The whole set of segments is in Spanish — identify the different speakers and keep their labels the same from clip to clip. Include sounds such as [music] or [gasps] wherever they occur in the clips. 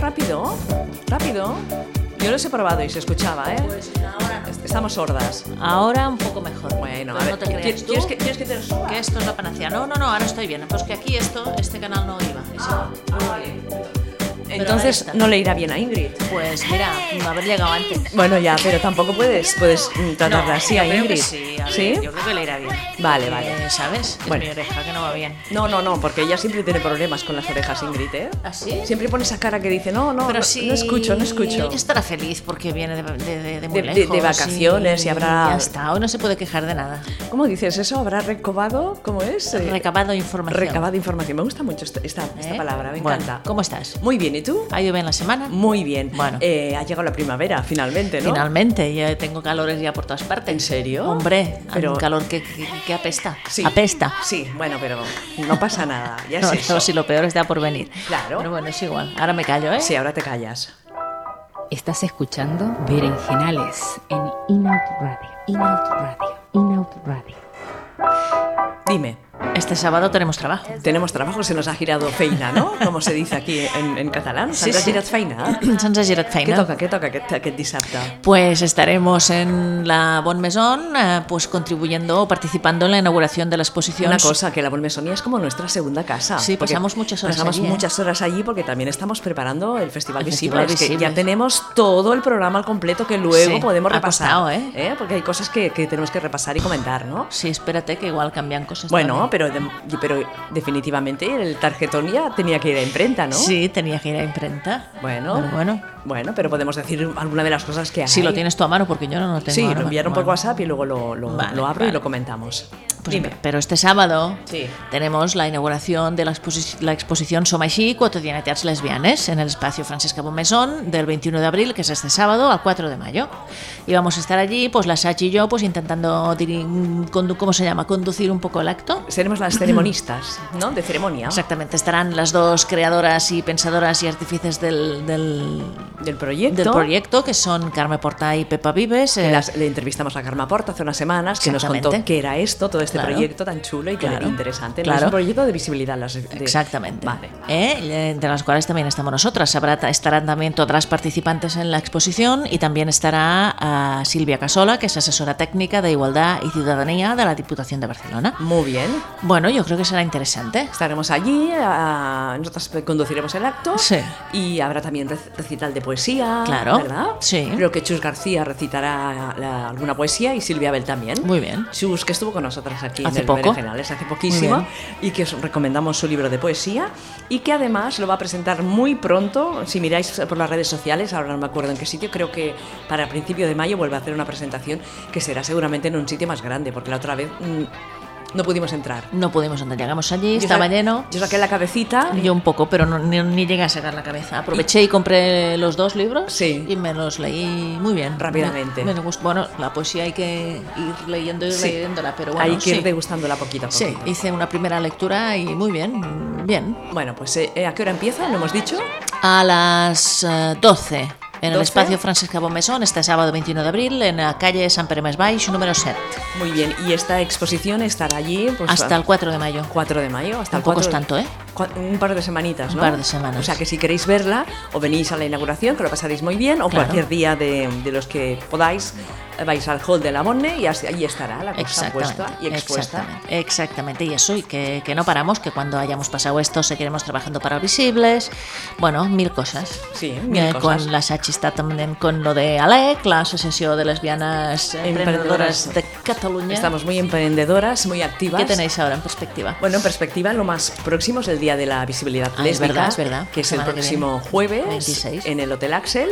Speaker 1: rápido, rápido. Yo los he probado y se escuchaba, ¿eh?
Speaker 2: Pues ahora no.
Speaker 1: Estamos sordas.
Speaker 2: Ahora un poco mejor.
Speaker 1: Bueno,
Speaker 2: Pero
Speaker 1: a ver,
Speaker 2: Pues no te
Speaker 1: ¿quieres-
Speaker 2: creas tú
Speaker 1: quieres que- quieres que te lo suba?
Speaker 2: esto es la panacea. No, no, no, ahora estoy bien. Pues que aquí esto, este canal no iba. Eso.
Speaker 1: Entonces
Speaker 2: está.
Speaker 1: no le irá bien a Ingrid.
Speaker 2: Pues mira, haber llegado antes.
Speaker 1: Bueno, ya, pero tampoco puedes, puedes mm, tratarla
Speaker 2: No,
Speaker 1: así
Speaker 2: yo
Speaker 1: a
Speaker 2: creo
Speaker 1: Ingrid.
Speaker 2: que sí, a ver,
Speaker 1: ¿Sí?
Speaker 2: Yo creo que le irá bien.
Speaker 1: Vale, vale.
Speaker 2: Eh, ¿Sabes? Que
Speaker 1: Bueno.
Speaker 2: Es mi oreja que no va bien.
Speaker 1: No, no, no, porque ella siempre tiene problemas con las orejas, Ingrid, ¿eh?
Speaker 2: ¿Así?
Speaker 1: Siempre pone esa cara que dice, no, no,
Speaker 2: ¿Ah, Pero
Speaker 1: no,
Speaker 2: sí.
Speaker 1: no escucho, no escucho.
Speaker 2: Estará feliz porque viene de, de, de, de muy
Speaker 1: De- de- de
Speaker 2: lejos.
Speaker 1: vacaciones y habrá-
Speaker 2: Ya está, hoy no se puede quejar de nada.
Speaker 1: ¿Cómo dices eso? ¿Habrá recobado? ¿Cómo es? Eh,
Speaker 2: Recabado información.
Speaker 1: recabado información. Me gusta mucho esta, esta- esta
Speaker 2: ¿Eh?
Speaker 1: palabra, me
Speaker 2: Bueno,
Speaker 1: encanta.
Speaker 2: ¿Cómo estás?
Speaker 1: Muy bien, ¿y tú?
Speaker 2: ¿Ha ido bien la semana?
Speaker 1: Muy bien.
Speaker 2: Bueno.
Speaker 1: Eh, ha llegado la primavera, finalmente, ¿no?
Speaker 2: Finalmente, ya tengo calores ya por todas partes.
Speaker 1: ¿En serio?
Speaker 2: Hombre,
Speaker 1: Pero-
Speaker 2: pero un calor que, que- que apesta.
Speaker 1: Sí.
Speaker 2: Apesta.
Speaker 1: Sí, bueno, pero no pasa nada.
Speaker 2: [laughs]
Speaker 1: Ya
Speaker 2: No,
Speaker 1: es
Speaker 2: no,
Speaker 1: eso.
Speaker 2: si lo peor está por venir.
Speaker 1: Claro.
Speaker 2: Pero bueno, es igual. Ahora me callo, ¿eh?
Speaker 1: Sí, ahora te callas.
Speaker 3: Estás escuchando Berenjenales en Inout Radio. Inout Radio. Inout Radio.
Speaker 1: Dime,
Speaker 2: Este sábado tenemos trabajo.
Speaker 1: [coughs] tenemos trabajo, se nos ha girado feina, ¿no? Como se dice aquí en, en catalán.
Speaker 2: Sí,
Speaker 1: ¿Se nos ha
Speaker 2: sí.
Speaker 1: girat feina?
Speaker 2: Se'ns ha girat
Speaker 1: Què
Speaker 2: feina.
Speaker 1: toca, què toca aquest, aquest dissabte?
Speaker 2: Pues estaremos en la Bon Maison eh, pues contribuyendo o participando en la inauguración de la exposición.
Speaker 1: Una cosa, que la Bolmesonía es como nuestra segunda casa.
Speaker 2: Sí,
Speaker 1: porque
Speaker 2: pasamos muchas horas
Speaker 1: pasamos
Speaker 2: allí, ¿eh?
Speaker 1: muchas horas allí porque también estamos preparando el Festival
Speaker 2: El
Speaker 1: Visible.
Speaker 2: Festival
Speaker 1: Es que
Speaker 2: Visible.
Speaker 1: ya tenemos todo el programa al completo que luego
Speaker 2: Sí,
Speaker 1: podemos
Speaker 2: ha
Speaker 1: repasar.
Speaker 2: costado, ¿eh?
Speaker 1: Porque hay cosas que, que tenemos que repasar y comentar, ¿no?
Speaker 2: Sí, espérate que igual cambian cosas.
Speaker 1: Bueno,
Speaker 2: también.
Speaker 1: pero, de- pero definitivamente el tarjetón ya tenía que ir a imprenta, ¿no?
Speaker 2: Sí, tenía que ir a imprenta.
Speaker 1: Bueno,
Speaker 2: Pero bueno.
Speaker 1: Bueno, pero podemos decir alguna de las cosas que hay.
Speaker 2: Si lo tienes tú a mano, porque yo no lo tengo.
Speaker 1: Sí,
Speaker 2: ahora.
Speaker 1: lo enviaron por
Speaker 2: Bueno.
Speaker 1: WhatsApp y luego lo, lo-
Speaker 2: Vale,
Speaker 1: lo abro y
Speaker 2: vale.
Speaker 1: lo comentamos.
Speaker 2: Pues
Speaker 1: Dime.
Speaker 2: pe- pero este sábado
Speaker 1: Sí.
Speaker 2: tenemos la inauguración de la, exposi- la exposición Som així, Cotidianetats Lesbianes, en el espacio Francesca Bomesón, del 21 de abril, que es este sábado, al 4 de mayo. Y vamos a estar allí, pues la Sachi y yo, pues intentando, diri- condu- ¿cómo se llama?, conducir un poco el acto.
Speaker 1: Seremos las ceremonistas, ¿no? De ceremonia.
Speaker 2: Exactamente, estarán las dos creadoras y pensadoras y artífices del, del,
Speaker 1: Del proyecto.
Speaker 2: del proyecto, que son Carme Porta y Pepa Vives.
Speaker 1: que
Speaker 2: eh,
Speaker 1: las- le entrevistamos a Karma Porta hace unas semanas que nos contó
Speaker 2: Exactamente.
Speaker 1: qué era esto, todo este
Speaker 2: Claro.
Speaker 1: proyecto tan chulo y tan
Speaker 2: Claro.
Speaker 1: interesante. No
Speaker 2: Claro.
Speaker 1: es un proyecto de visibilidad. las- de-
Speaker 2: Exactamente.
Speaker 1: Vale.
Speaker 2: ¿Eh? Entre las cuales también estamos nosotras. Habrá, ta- estarán también todas las participantes en la exposición y también estará ah, Silvia Casola, que es asesora técnica de Igualdad y Ciudadanía de la Diputación de Barcelona.
Speaker 1: Muy bien.
Speaker 2: Bueno, yo creo que será interesante.
Speaker 1: Estaremos allí, a- nosotras conduciremos el acto
Speaker 2: Sí.
Speaker 1: y habrá también rec- recital de poesía,
Speaker 2: Claro.
Speaker 1: ¿verdad?
Speaker 2: Sí.
Speaker 1: Creo que Chus García recitará la- alguna poesía y Silvia Bell también.
Speaker 2: Muy bien.
Speaker 1: Chus, que estuvo con nosotras aquí
Speaker 2: Hace
Speaker 1: en el
Speaker 2: poco.
Speaker 1: Berenjenales hace poquísimo
Speaker 2: Muy
Speaker 1: y que os recomendamos su libro de poesía y que además lo va a presentar muy pronto, si miráis por las redes sociales, ahora no me acuerdo en qué sitio, creo que para principio de mayo vuelve a hacer una presentación que será seguramente en un sitio más grande, porque la otra vez mm, no pudimos entrar.
Speaker 2: No pudimos andar, llegamos allí,
Speaker 1: Yo
Speaker 2: estaba
Speaker 1: sa-
Speaker 2: lleno.
Speaker 1: Yo saqué la cabecita.
Speaker 2: Yo un poco, pero no- ni, ni llegué a sacar la cabeza. Aproveché y, compré los dos libros
Speaker 1: Sí.
Speaker 2: y me los leí muy bien.
Speaker 1: Rápidamente.
Speaker 2: Me- me gustó. Bueno, la poesía hay que ir leyendo y
Speaker 1: Sí.
Speaker 2: leyéndola, pero bueno.
Speaker 1: Hay que
Speaker 2: sí.
Speaker 1: ir degustándola poquito a
Speaker 2: Sí,
Speaker 1: poquito.
Speaker 2: hice una primera lectura y muy bien, bien.
Speaker 1: Bueno, pues eh, eh, ¿a qué hora empieza? ¿Lo hemos dicho?
Speaker 2: A las eh, 12, en el
Speaker 1: 12.
Speaker 2: espacio Francesca Bomesón, este sábado 21 de abril, en la calle San Pere Més Baix, número 7,
Speaker 1: Muy bien. Y esta exposición estará allí pues,
Speaker 2: hasta el
Speaker 1: a-
Speaker 2: 4 de mayo.
Speaker 1: 4 de mayo. Hasta el
Speaker 2: Tampoco
Speaker 1: 4
Speaker 2: es
Speaker 1: de-
Speaker 2: tanto, ¿eh?
Speaker 1: cua- Un par de semanitas,
Speaker 2: Un
Speaker 1: ¿no?
Speaker 2: par de semanas.
Speaker 1: O sea que si queréis verla, o venís a la inauguración, que lo pasaréis muy bien, o
Speaker 2: Claro.
Speaker 1: cualquier día de, de los que podáis, eh, vais al hall de la Bonne y as- ahí estará la cosa puesta y expuesta.
Speaker 2: exactamente, exactamente. Y eso, y que, que no paramos, que cuando hayamos pasado esto seguiremos trabajando para visibles, bueno, mil cosas.
Speaker 1: Sí, mil
Speaker 2: Eh,
Speaker 1: cosas.
Speaker 2: Con la Sachi está también con lo de ALEC, la Asociación de Lesbianas
Speaker 1: Emprendedoras.
Speaker 2: Emprendedoras de Cataluña.
Speaker 1: Estamos muy emprendedoras, muy activas.
Speaker 2: ¿Qué tenéis ahora en perspectiva?
Speaker 1: Bueno, en perspectiva, lo más próximo es el Día de la Visibilidad
Speaker 2: Ah, es
Speaker 1: Lésbica,
Speaker 2: verdad, es verdad.
Speaker 1: que es el
Speaker 2: Semana que
Speaker 1: próximo
Speaker 2: viene.
Speaker 1: jueves
Speaker 2: 26.
Speaker 1: en el Hotel Axel.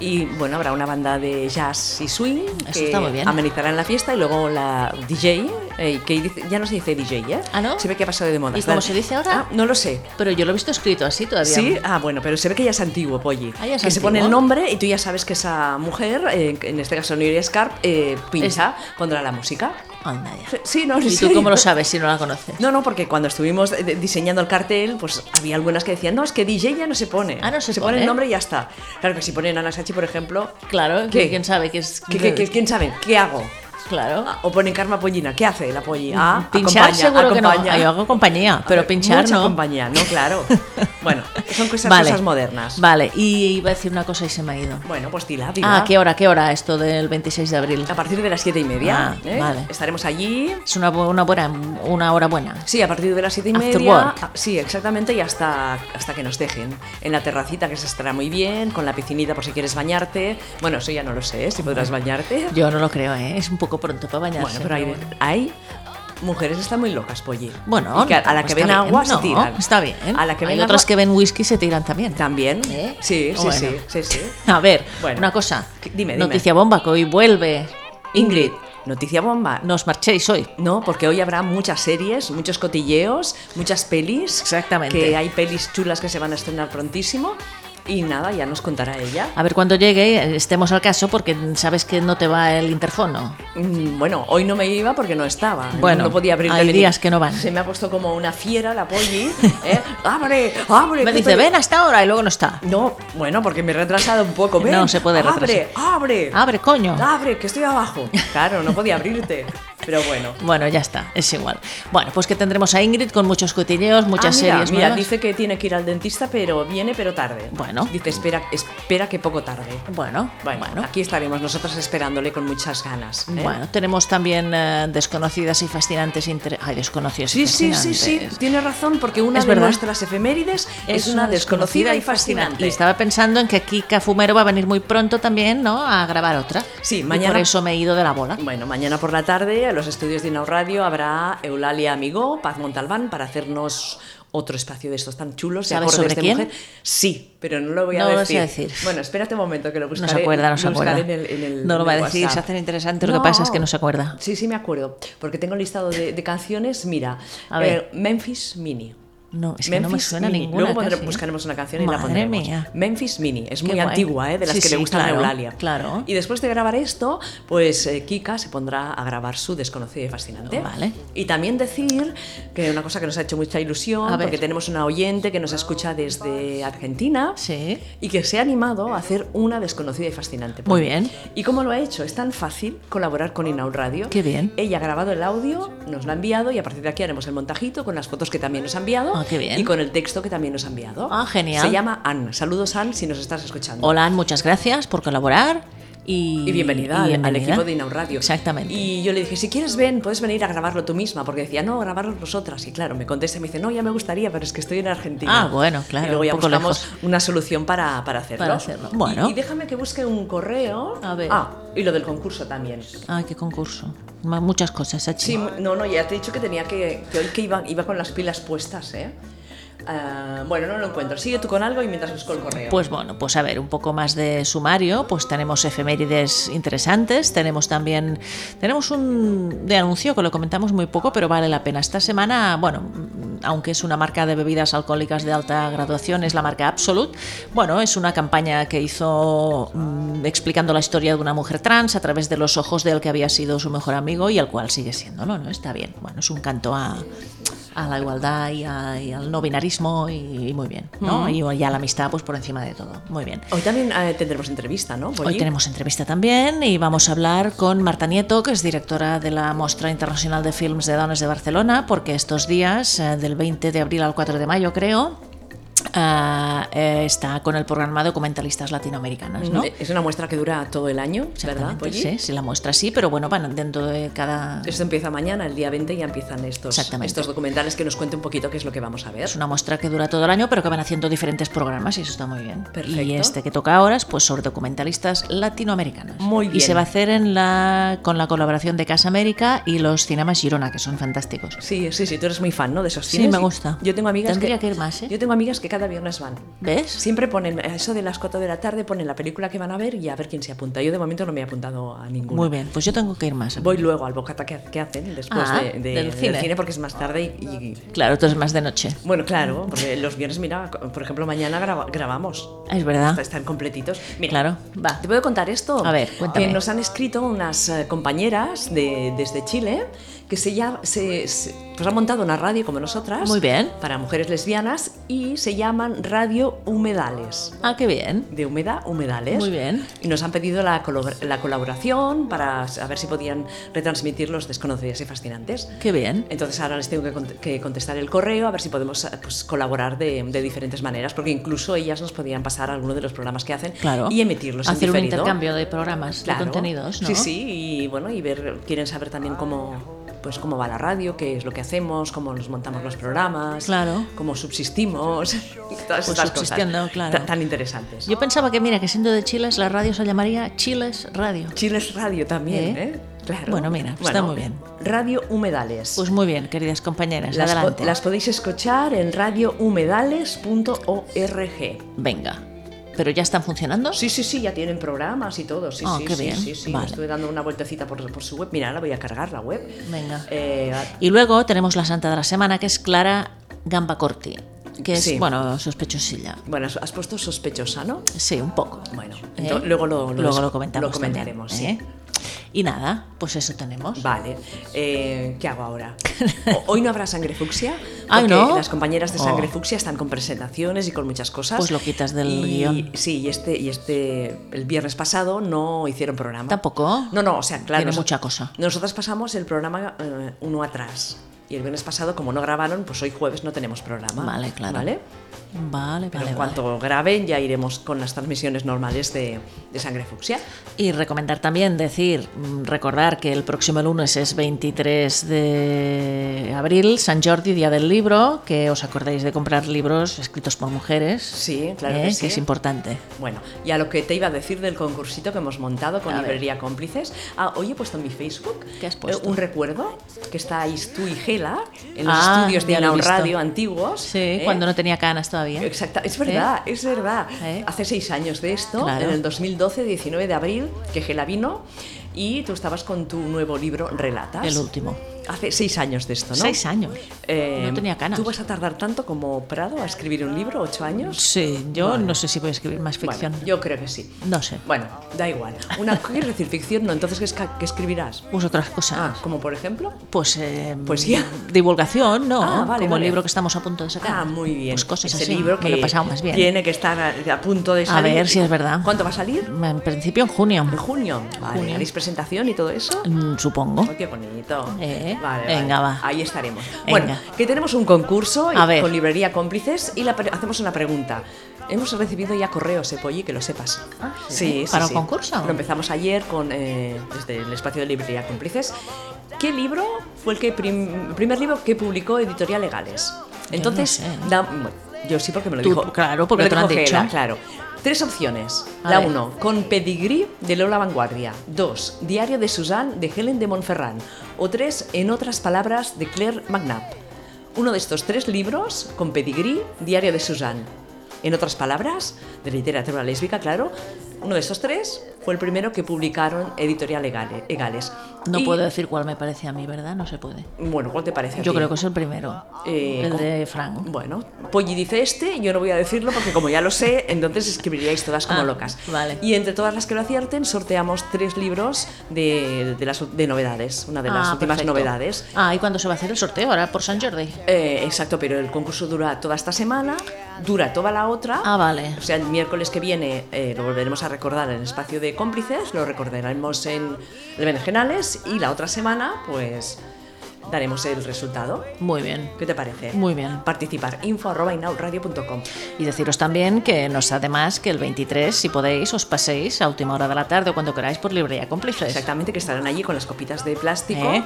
Speaker 1: Y bueno, habrá una banda de jazz y swing
Speaker 2: Eso
Speaker 1: que
Speaker 2: está muy bien.
Speaker 1: amenizará en la fiesta y luego la DJ, eh, que dice- ya no se dice DJ, ¿eh?
Speaker 2: Ah, ¿no?
Speaker 1: Se ve que ha pasado de moda.
Speaker 2: ¿Y cómo
Speaker 1: Claro.
Speaker 2: se dice ahora?
Speaker 1: Ah, no lo sé.
Speaker 2: Pero yo lo he visto escrito así todavía.
Speaker 1: Sí, ah, bueno, pero se ve que ya es antiguo, Polly.
Speaker 2: Ah, ya es
Speaker 1: que se pone
Speaker 2: antiguo.
Speaker 1: el nombre y tú ya sabes que esa mujer, eh, en este caso Nuria Scarp, eh, pincha contra la música.
Speaker 2: Anda ya.
Speaker 1: [laughs] Sí, no, en
Speaker 2: Oh, ¿Y tú
Speaker 1: serio.
Speaker 2: cómo lo sabes si no la conoces?
Speaker 1: No, no, porque cuando estuvimos eh, de- diseñando el cartel, pues había algunas que decían, no, es que DJ ya no se pone.
Speaker 2: Ah, no se
Speaker 1: pone. el
Speaker 2: pone.
Speaker 1: nombre y ya está. Claro que si ponen Ana Sachi, por ejemplo,
Speaker 2: Claro,
Speaker 1: ¿Qué?
Speaker 2: que quién sabe que es.
Speaker 1: ¿qué- qué- qué- ¿quién sabe? ¿Qué hago? Ah,
Speaker 2: Claro.
Speaker 1: O ponen Karma Pollina. ¿Qué hace la Polly? Ah,
Speaker 2: Mm, Pinchar
Speaker 1: acompaña,
Speaker 2: seguro que
Speaker 1: acompaña.
Speaker 2: no. Ah, Yo hago compañía,
Speaker 1: A
Speaker 2: pero
Speaker 1: ver,
Speaker 2: pinchar
Speaker 1: mucha
Speaker 2: no.
Speaker 1: compañía, ¿no?
Speaker 2: [laughs]
Speaker 1: Claro. Bueno, son cosas,
Speaker 2: Vale.
Speaker 1: cosas modernas.
Speaker 2: Vale, y iba a decir una cosa y se me ha ido.
Speaker 1: Bueno, pues dila,
Speaker 2: Ah,
Speaker 1: dila.
Speaker 2: ¿qué hora? ¿Qué hora esto del 26 de abril?
Speaker 1: A partir de las siete y media.
Speaker 2: Ah,
Speaker 1: ¿eh?
Speaker 2: vale.
Speaker 1: Estaremos allí.
Speaker 2: Es una, bu- una buena, una hora buena.
Speaker 1: Sí, a partir de las siete y
Speaker 2: After
Speaker 1: media.
Speaker 2: work.
Speaker 1: ah, Sí, exactamente, y hasta, hasta que nos dejen. En la terracita, que se estará muy bien, con la piscinita por si quieres bañarte. Bueno, eso ya no lo sé, si podrás bañarte.
Speaker 2: Yo no lo creo, ¿eh? Es un poco pronto para bañarse.
Speaker 1: Bueno, pero hay, hay mujeres que están muy locas, Polly.
Speaker 2: Bueno,
Speaker 1: Y que a, a la
Speaker 2: no,
Speaker 1: que
Speaker 2: está
Speaker 1: ven
Speaker 2: bien.
Speaker 1: agua se
Speaker 2: No,
Speaker 1: tiran.
Speaker 2: Está bien.
Speaker 1: A la que ven
Speaker 2: Hay otras
Speaker 1: agua-
Speaker 2: que ven whisky y se tiran también.
Speaker 1: También.
Speaker 2: ¿Eh?
Speaker 1: Sí, sí,
Speaker 2: Bueno.
Speaker 1: sí, sí, sí.
Speaker 2: A ver,
Speaker 1: Bueno.
Speaker 2: una cosa.
Speaker 1: ¿Qué- dime, dime.
Speaker 2: Noticia bomba que hoy vuelve. Ingrid,
Speaker 1: Noticia bomba.
Speaker 2: no os marchéis hoy.
Speaker 1: No, porque hoy habrá muchas series, muchos cotilleos, muchas pelis.
Speaker 2: Exactamente.
Speaker 1: Que hay pelis chulas que se van a estrenar prontísimo. Y nada, ya nos contará ella.
Speaker 2: A ver cuando llegue, eh, estemos al caso porque sabes que no te va el interfono.
Speaker 1: Mm, Bueno, hoy no me iba porque no estaba.
Speaker 2: Bueno,
Speaker 1: no podía abrir.
Speaker 2: hay
Speaker 1: la-
Speaker 2: días que no van.
Speaker 1: Se me ha puesto como una fiera
Speaker 2: [laughs]
Speaker 1: la Polly. ¿eh? ¡Abre! ¡Abre!
Speaker 2: Me
Speaker 1: qué
Speaker 2: dice,
Speaker 1: pe-
Speaker 2: ven hasta ahora y luego no está.
Speaker 1: No, bueno, porque me he retrasado un poco. Ven,
Speaker 2: No se puede
Speaker 1: ¡Abre! ¡Abre!
Speaker 2: Abre, coño.
Speaker 1: ¡Abre! ¡Que estoy abajo! Claro, no podía abrirte.
Speaker 2: [laughs]
Speaker 1: Pero bueno.
Speaker 2: Bueno, ya está, es igual. Bueno, pues que tendremos a Ingrid con muchos cotilleos, muchas
Speaker 1: Ah, mira,
Speaker 2: series
Speaker 1: Mira,
Speaker 2: nuevas.
Speaker 1: dice que tiene que ir al dentista, pero viene, pero tarde.
Speaker 2: Bueno.
Speaker 1: Dice, espera, espera que poco tarde.
Speaker 2: Bueno,
Speaker 1: Bueno,
Speaker 2: bueno.
Speaker 1: aquí estaremos nosotros esperándole con muchas ganas. ¿eh?
Speaker 2: Bueno, tenemos también eh, desconocidas y fascinantes. inter- Ay, desconocidas y
Speaker 1: Sí, sí, sí, sí,
Speaker 2: fascinantes.
Speaker 1: tiene razón, porque una
Speaker 2: Es
Speaker 1: de
Speaker 2: verdad.
Speaker 1: nuestras efemérides es, una desconocida y fascinante.
Speaker 2: Y estaba pensando en que Kika Fumero va a venir muy pronto también, ¿no? A grabar otra.
Speaker 1: Sí,
Speaker 2: Y
Speaker 1: mañana-
Speaker 2: por eso me he ido de la bola.
Speaker 1: Bueno, mañana por la tarde a los estudios de Inau Radio habrá Eulalia Amigó, Paz Montalbán, para hacernos otro espacio de estos tan chulos. de
Speaker 2: ¿Sabes
Speaker 1: acordes
Speaker 2: sobre
Speaker 1: de
Speaker 2: quién?
Speaker 1: Mujer. Sí, pero no lo voy a
Speaker 2: No lo
Speaker 1: decir.
Speaker 2: sé decir.
Speaker 1: Bueno, espérate un momento que lo
Speaker 2: No
Speaker 1: buscaré.
Speaker 2: se acuerda, no
Speaker 1: lo
Speaker 2: se
Speaker 1: buscaré
Speaker 2: acuerda.
Speaker 1: en el- en el-
Speaker 2: no lo
Speaker 1: en
Speaker 2: va a
Speaker 1: el
Speaker 2: decir, se
Speaker 1: WhatsApp.
Speaker 2: hace interesante. Lo que pasa es que no se acuerda.
Speaker 1: Sí, sí me acuerdo, porque tengo listado de, de canciones. Mira,
Speaker 2: A ver.
Speaker 1: eh, Memphis Mini.
Speaker 2: No, es que no me
Speaker 1: Memphis
Speaker 2: suena
Speaker 1: Mini.
Speaker 2: ninguna.
Speaker 1: Luego pondré-
Speaker 2: casi, ¿eh?
Speaker 1: buscaremos una canción y la
Speaker 2: Madre
Speaker 1: pondremos.
Speaker 2: mía.
Speaker 1: Memphis Mini, es muy
Speaker 2: guay.
Speaker 1: antigua, ¿eh? de las
Speaker 2: Sí,
Speaker 1: que le
Speaker 2: sí,
Speaker 1: gustan
Speaker 2: claro,
Speaker 1: a Eulalia.
Speaker 2: claro.
Speaker 1: Y después de grabar esto, pues eh, Kika se pondrá a grabar su desconocida y fascinante.
Speaker 2: Vale.
Speaker 1: Y también decir que una cosa que nos ha hecho mucha ilusión,
Speaker 2: A ver.
Speaker 1: porque tenemos una oyente que nos escucha desde Argentina.
Speaker 2: Sí.
Speaker 1: Y que se ha animado a hacer una desconocida y fascinante.
Speaker 2: Muy bien.
Speaker 1: ¿Y cómo lo ha hecho? Es tan fácil colaborar con Inaud Radio.
Speaker 2: Qué bien.
Speaker 1: Ella ha grabado el audio, nos lo ha enviado y a partir de aquí haremos el montajito con las fotos que también nos ha enviado
Speaker 2: Ah, qué bien.
Speaker 1: y con el texto que también nos ha enviado.
Speaker 2: Ah, genial.
Speaker 1: Se llama Ann. Saludos, Ann, si nos estás escuchando.
Speaker 2: Hola, Ann, muchas gracias por colaborar. Y,
Speaker 1: Y bienvenida, al-
Speaker 2: y
Speaker 1: al
Speaker 2: bienvenida.
Speaker 1: equipo de Inaud Radio.
Speaker 2: Exactamente.
Speaker 1: Y yo le dije, si quieres ven, puedes venir a grabarlo tú misma, porque decía, no, grabarlo nosotras. Y claro, me contesta y me dice, no, ya me gustaría, pero es que estoy en Argentina.
Speaker 2: Ah, bueno, claro,
Speaker 1: Y luego ya
Speaker 2: un poco
Speaker 1: buscamos
Speaker 2: lejos.
Speaker 1: una solución para, para hacerlo.
Speaker 2: Para hacerlo. Bueno.
Speaker 1: Y, y déjame que busque un correo.
Speaker 2: A ver.
Speaker 1: Ah, y lo del concurso también.
Speaker 2: Ay, qué concurso. Ma- Muchas cosas, Sachi.
Speaker 1: Sí, mu- no, no, ya te he dicho que tenía que, que hoy que iba, iba con las pilas puestas, ¿eh? Ah, bueno, no lo encuentro. Sigue tú con algo y mientras busco el correo.
Speaker 2: Pues bueno, pues a ver, un poco más de sumario, pues tenemos efemérides interesantes, tenemos también, tenemos un de anuncio que lo comentamos muy poco, pero vale la pena. Esta semana, bueno, mm, aunque es una marca de bebidas alcohólicas de alta graduación, es la marca Absolut, bueno, es una campaña que hizo mm, explicando la historia de una mujer trans a través de los ojos del que había sido su mejor amigo y al cual sigue siendo, ¿no? ¿No? Está bien, bueno, es un canto a a la igualdad y, a- y al no binarismo y, y muy bien, ¿no? Y, y a la amistad pues por encima de todo. Muy bien.
Speaker 1: hoy también eh, tendremos entrevista, ¿no? Polly?
Speaker 2: Hoy tenemos entrevista también y vamos a hablar con Marta Nieto, que es directora de la Mostra Internacional de Films de Dones de Barcelona, porque estos días, eh, del 20 de abril al 4 de mayo, creo, ah, eh, está con el programa Documentalistas Latinoamericanas, ¿no?
Speaker 1: Eh, Es una muestra que dura todo el año, ¿verdad,
Speaker 2: Exactamente,
Speaker 1: Polly?
Speaker 2: sí, sí, la muestra sí, pero bueno, van dentro de cada...
Speaker 1: Esto empieza mañana, el día 20, ya empiezan estos,
Speaker 2: Exactamente.
Speaker 1: estos documentales que nos cuente un poquito qué es lo que vamos a ver.
Speaker 2: Es una muestra que dura todo el año, pero que van haciendo diferentes programas y eso está muy bien.
Speaker 1: Perfecto.
Speaker 2: Y este que toca ahora es pues, sobre documentalistas latinoamericanos.
Speaker 1: Muy
Speaker 2: Y
Speaker 1: bien.
Speaker 2: se va a hacer en la, con la colaboración de Casa América y los Cinemas Girona, que son fantásticos.
Speaker 1: Sí, sí, sí, tú eres muy fan, ¿no? De esos
Speaker 2: Sí,
Speaker 1: cines.
Speaker 2: me gusta.
Speaker 1: Yo tengo amigas
Speaker 2: Tendría que ir más, ¿eh?
Speaker 1: Yo tengo amigas que cada viernes van.
Speaker 2: ¿Ves?
Speaker 1: Siempre ponen, a eso de las 4 de la tarde, ponen la película que van a ver y a ver quién se apunta. Yo de momento no me he apuntado a ninguna.
Speaker 2: Muy bien, pues yo tengo que ir más.
Speaker 1: Voy luego al bocata que, que hacen después
Speaker 2: Ah,
Speaker 1: de- de-
Speaker 2: del
Speaker 1: del,
Speaker 2: cine.
Speaker 1: cine. porque es más tarde y, y-
Speaker 2: Claro, tú es más de noche.
Speaker 1: Bueno, claro, porque los viernes, mira, por ejemplo, mañana graba- grabamos.
Speaker 2: Es verdad.
Speaker 1: Están completitos. Mira,
Speaker 2: Ah. Pues, Claro, va.
Speaker 1: ¿Te puedo contar esto?
Speaker 2: A ver, cuéntame.
Speaker 1: Que nos han escrito unas eh, compañeras de- desde Chile que se, ya, se, se- pues han montado una radio como nosotras.
Speaker 2: Muy bien.
Speaker 1: Para mujeres lesbianas y se llama llaman Radio Humedales.
Speaker 2: Ah, qué bien.
Speaker 1: de Humeda Humedales.
Speaker 2: Muy bien.
Speaker 1: Y nos han pedido la, colabor- la colaboración para saber si podían retransmitir los desconocidas y fascinantes.
Speaker 2: Qué bien.
Speaker 1: Entonces ahora les tengo que, cont- que contestar el correo a ver si podemos eh, pues, colaborar de, de diferentes maneras, porque incluso ellas nos podían pasar alguno de los programas que hacen
Speaker 2: Claro.
Speaker 1: y emitirlos en
Speaker 2: Hacer un
Speaker 1: diferido.
Speaker 2: intercambio de programas,
Speaker 1: Claro.
Speaker 2: de contenidos, ¿no?
Speaker 1: Sí, sí, y bueno, y ver, quieren saber también cómo pues cómo va la radio, qué es lo que hacemos, cómo nos montamos los programas,
Speaker 2: Claro.
Speaker 1: cómo subsistimos, [laughs] todas
Speaker 2: Pues
Speaker 1: estas
Speaker 2: subsistiendo,
Speaker 1: cosas
Speaker 2: claro.
Speaker 1: tan, tan interesantes.
Speaker 2: Yo pensaba que, mira, que siendo de Chiles, la radio se llamaría Chiles Radio.
Speaker 1: Chiles Radio también,
Speaker 2: ¿Eh?
Speaker 1: ¿eh? Claro.
Speaker 2: Bueno, mira, pues está muy bien.
Speaker 1: Radio Humedales.
Speaker 2: Pues muy bien, queridas compañeras,
Speaker 1: las, po-
Speaker 2: adelante.
Speaker 1: las podéis escuchar en radiohumedales.org.
Speaker 2: Venga. ¿Pero ya están funcionando?
Speaker 1: Sí, sí, sí, ya tienen programas y todo. Sí,
Speaker 2: Ah,
Speaker 1: sí,
Speaker 2: qué
Speaker 1: sí,
Speaker 2: bien.
Speaker 1: sí, sí.
Speaker 2: Vale.
Speaker 1: Estuve dando una vueltecita por, por su web. Mira, ahora voy a cargar la web.
Speaker 2: Venga.
Speaker 1: Eh,
Speaker 2: Y luego tenemos la santa de la semana, que es Clara Gambacorti, que es,
Speaker 1: Sí.
Speaker 2: bueno, sospechosilla.
Speaker 1: bueno, has puesto sospechosa, ¿no?
Speaker 2: Sí, un poco.
Speaker 1: Bueno,
Speaker 2: ¿Eh?
Speaker 1: ento- luego lo, lo-
Speaker 2: Luego lo comentamos.
Speaker 1: lo comentaremos.
Speaker 2: también,
Speaker 1: sí.
Speaker 2: ¿eh? Y nada, pues eso tenemos.
Speaker 1: Vale, eh, ¿qué hago
Speaker 2: [laughs]
Speaker 1: ahora? O- Hoy no habrá sangre fucsia, porque
Speaker 2: Ay, ¿no?
Speaker 1: las compañeras de
Speaker 2: Oh.
Speaker 1: sangre fucsia están con presentaciones y con muchas cosas.
Speaker 2: Pues lo quitas del
Speaker 1: Y-
Speaker 2: guión.
Speaker 1: Sí, y este, y este, el viernes pasado no hicieron programa.
Speaker 2: Tampoco.
Speaker 1: No, no, o sea, claro.
Speaker 2: Tiene
Speaker 1: noso-
Speaker 2: mucha cosa.
Speaker 1: Nosotras pasamos el programa eh, uno atrás. Y el viernes pasado, como no grabaron, pues hoy jueves no tenemos programa.
Speaker 2: Vale, claro.
Speaker 1: ¿Vale?
Speaker 2: Vale,
Speaker 1: Pero
Speaker 2: vale,
Speaker 1: en cuanto
Speaker 2: vale.
Speaker 1: graben ya iremos con las transmisiones normales de, de sangre fucsia.
Speaker 2: Y recomendar también, decir, mm, recordar que el próximo lunes es 23 de abril, San Jordi, Día del Libro, que os acordéis de comprar libros escritos por mujeres.
Speaker 1: Sí, claro
Speaker 2: ¿eh?
Speaker 1: que sí.
Speaker 2: es importante.
Speaker 1: Bueno, y a lo que te iba a decir del concursito que hemos montado con
Speaker 2: A ver.
Speaker 1: Librería Cómplices. Ah, hoy he puesto en mi Facebook
Speaker 2: ¿Qué has puesto?
Speaker 1: eh, un recuerdo que estáis tú y Gela en los
Speaker 2: Ah,
Speaker 1: estudios de
Speaker 2: ya lo he
Speaker 1: Inaun
Speaker 2: visto.
Speaker 1: Radio antiguos.
Speaker 2: Sí,
Speaker 1: ¿eh?
Speaker 2: cuando no tenía canas todavía.
Speaker 1: Exacta, es verdad, es verdad.
Speaker 2: ¿Eh?
Speaker 1: Hace seis años de esto,
Speaker 2: Claro.
Speaker 1: en el 2012, 19 de abril, que Gela vino y tú estabas con tu nuevo libro Relatas.
Speaker 2: El último.
Speaker 1: Hace seis años de esto, ¿no?
Speaker 2: Seis años.
Speaker 1: Eh,
Speaker 2: no tenía canas.
Speaker 1: ¿Tú vas a tardar tanto como Prado a escribir un libro? ¿Ocho años?
Speaker 2: Sí, yo
Speaker 1: Vale.
Speaker 2: no sé si voy a escribir más
Speaker 1: Bueno,
Speaker 2: ficción.
Speaker 1: yo creo que sí.
Speaker 2: No sé.
Speaker 1: Bueno, da igual. Una [laughs] cosa es decir ficción, no, entonces ¿qué, esca- qué escribirás?
Speaker 2: Pues otras cosas.
Speaker 1: Ah, como por ejemplo.
Speaker 2: Pues, eh,
Speaker 1: Poesía.
Speaker 2: divulgación, ¿no?
Speaker 1: Ah, vale,
Speaker 2: Como
Speaker 1: vale.
Speaker 2: el libro que estamos a punto de sacar.
Speaker 1: Ah, muy bien.
Speaker 2: Pues cosas
Speaker 1: Ese
Speaker 2: así.
Speaker 1: libro
Speaker 2: Me
Speaker 1: que
Speaker 2: lo he pasado más bien.
Speaker 1: tiene que estar a, a punto de salir.
Speaker 2: ver si es verdad.
Speaker 1: ¿Cuánto va a salir?
Speaker 2: En principio en junio,
Speaker 1: En junio. Vale,
Speaker 2: Junio.
Speaker 1: ¿Haréis presentación y todo eso?
Speaker 2: mm, supongo.
Speaker 1: Oh, qué bonito.
Speaker 2: Eh,
Speaker 1: Vale,
Speaker 2: venga,
Speaker 1: vale.
Speaker 2: va.
Speaker 1: Ahí estaremos.
Speaker 2: Venga.
Speaker 1: Bueno, que tenemos un concurso y-
Speaker 2: A ver.
Speaker 1: con librería cómplices y la pre- hacemos una pregunta. Hemos recibido ya correos, Epolli, que lo sepas.
Speaker 2: Ah, ¿sí? ¿Para un concurso?
Speaker 1: Lo empezamos ayer con, eh, desde el espacio de librería cómplices. ¿Qué libro fue el que prim- primer libro que publicó Editorial Legales?
Speaker 2: no
Speaker 1: Entonces,
Speaker 2: sé.
Speaker 1: da- bueno, yo sí porque me lo
Speaker 2: Tú,
Speaker 1: dijo.
Speaker 2: claro, porque
Speaker 1: me
Speaker 2: te lo han
Speaker 1: dijo
Speaker 2: dicho.
Speaker 1: Gela, claro. Tres opciones.
Speaker 2: A
Speaker 1: la
Speaker 2: ver.
Speaker 1: uno, con pedigrí de Lola Vanguardia. 2. Diario de Suzanne de Helen de Montferrand. O 3. En otras palabras de Claire McNabb. Uno de estos tres libros, con pedigrí, Diario de Suzanne. En otras palabras, de literatura lésbica, claro, uno de estos tres fue el primero que publicaron Editorial Egale- Egales.
Speaker 2: No
Speaker 1: Y,
Speaker 2: puedo decir cuál me parece a mí, ¿verdad? No se puede.
Speaker 1: Bueno, ¿cuál te parece? a
Speaker 2: Yo
Speaker 1: ti?
Speaker 2: creo que es el primero.
Speaker 1: Eh,
Speaker 2: el
Speaker 1: con-
Speaker 2: de Frank.
Speaker 1: Bueno, Polly dice este, yo no voy a decirlo porque como ya lo sé, entonces escribiríais todas como
Speaker 2: Ah,
Speaker 1: locas.
Speaker 2: vale.
Speaker 1: Y entre todas las que lo acierten, sorteamos tres libros de, de las u- de novedades, una de las
Speaker 2: Ah,
Speaker 1: últimas
Speaker 2: perfecto.
Speaker 1: novedades.
Speaker 2: Ah, ¿y cuándo se va a hacer el sorteo? Ahora por San Jordi.
Speaker 1: Eh, exacto, pero el concurso dura toda esta semana, dura toda la otra.
Speaker 2: Ah, vale.
Speaker 1: O sea, el miércoles que viene eh, lo volveremos a recordar en el espacio de cómplices, lo recordaremos en el Berenjenales y la otra semana, pues, daremos el resultado.
Speaker 2: Muy bien.
Speaker 1: ¿Qué te parece?
Speaker 2: Muy bien.
Speaker 1: Participar. Info arroba inaudradio.com.
Speaker 2: Y deciros también que no está de más que el 23, si podéis, os paséis a última hora de la tarde o cuando queráis por librería cómplices.
Speaker 1: Exactamente, que estarán allí con las copitas de plástico
Speaker 2: ¿Eh?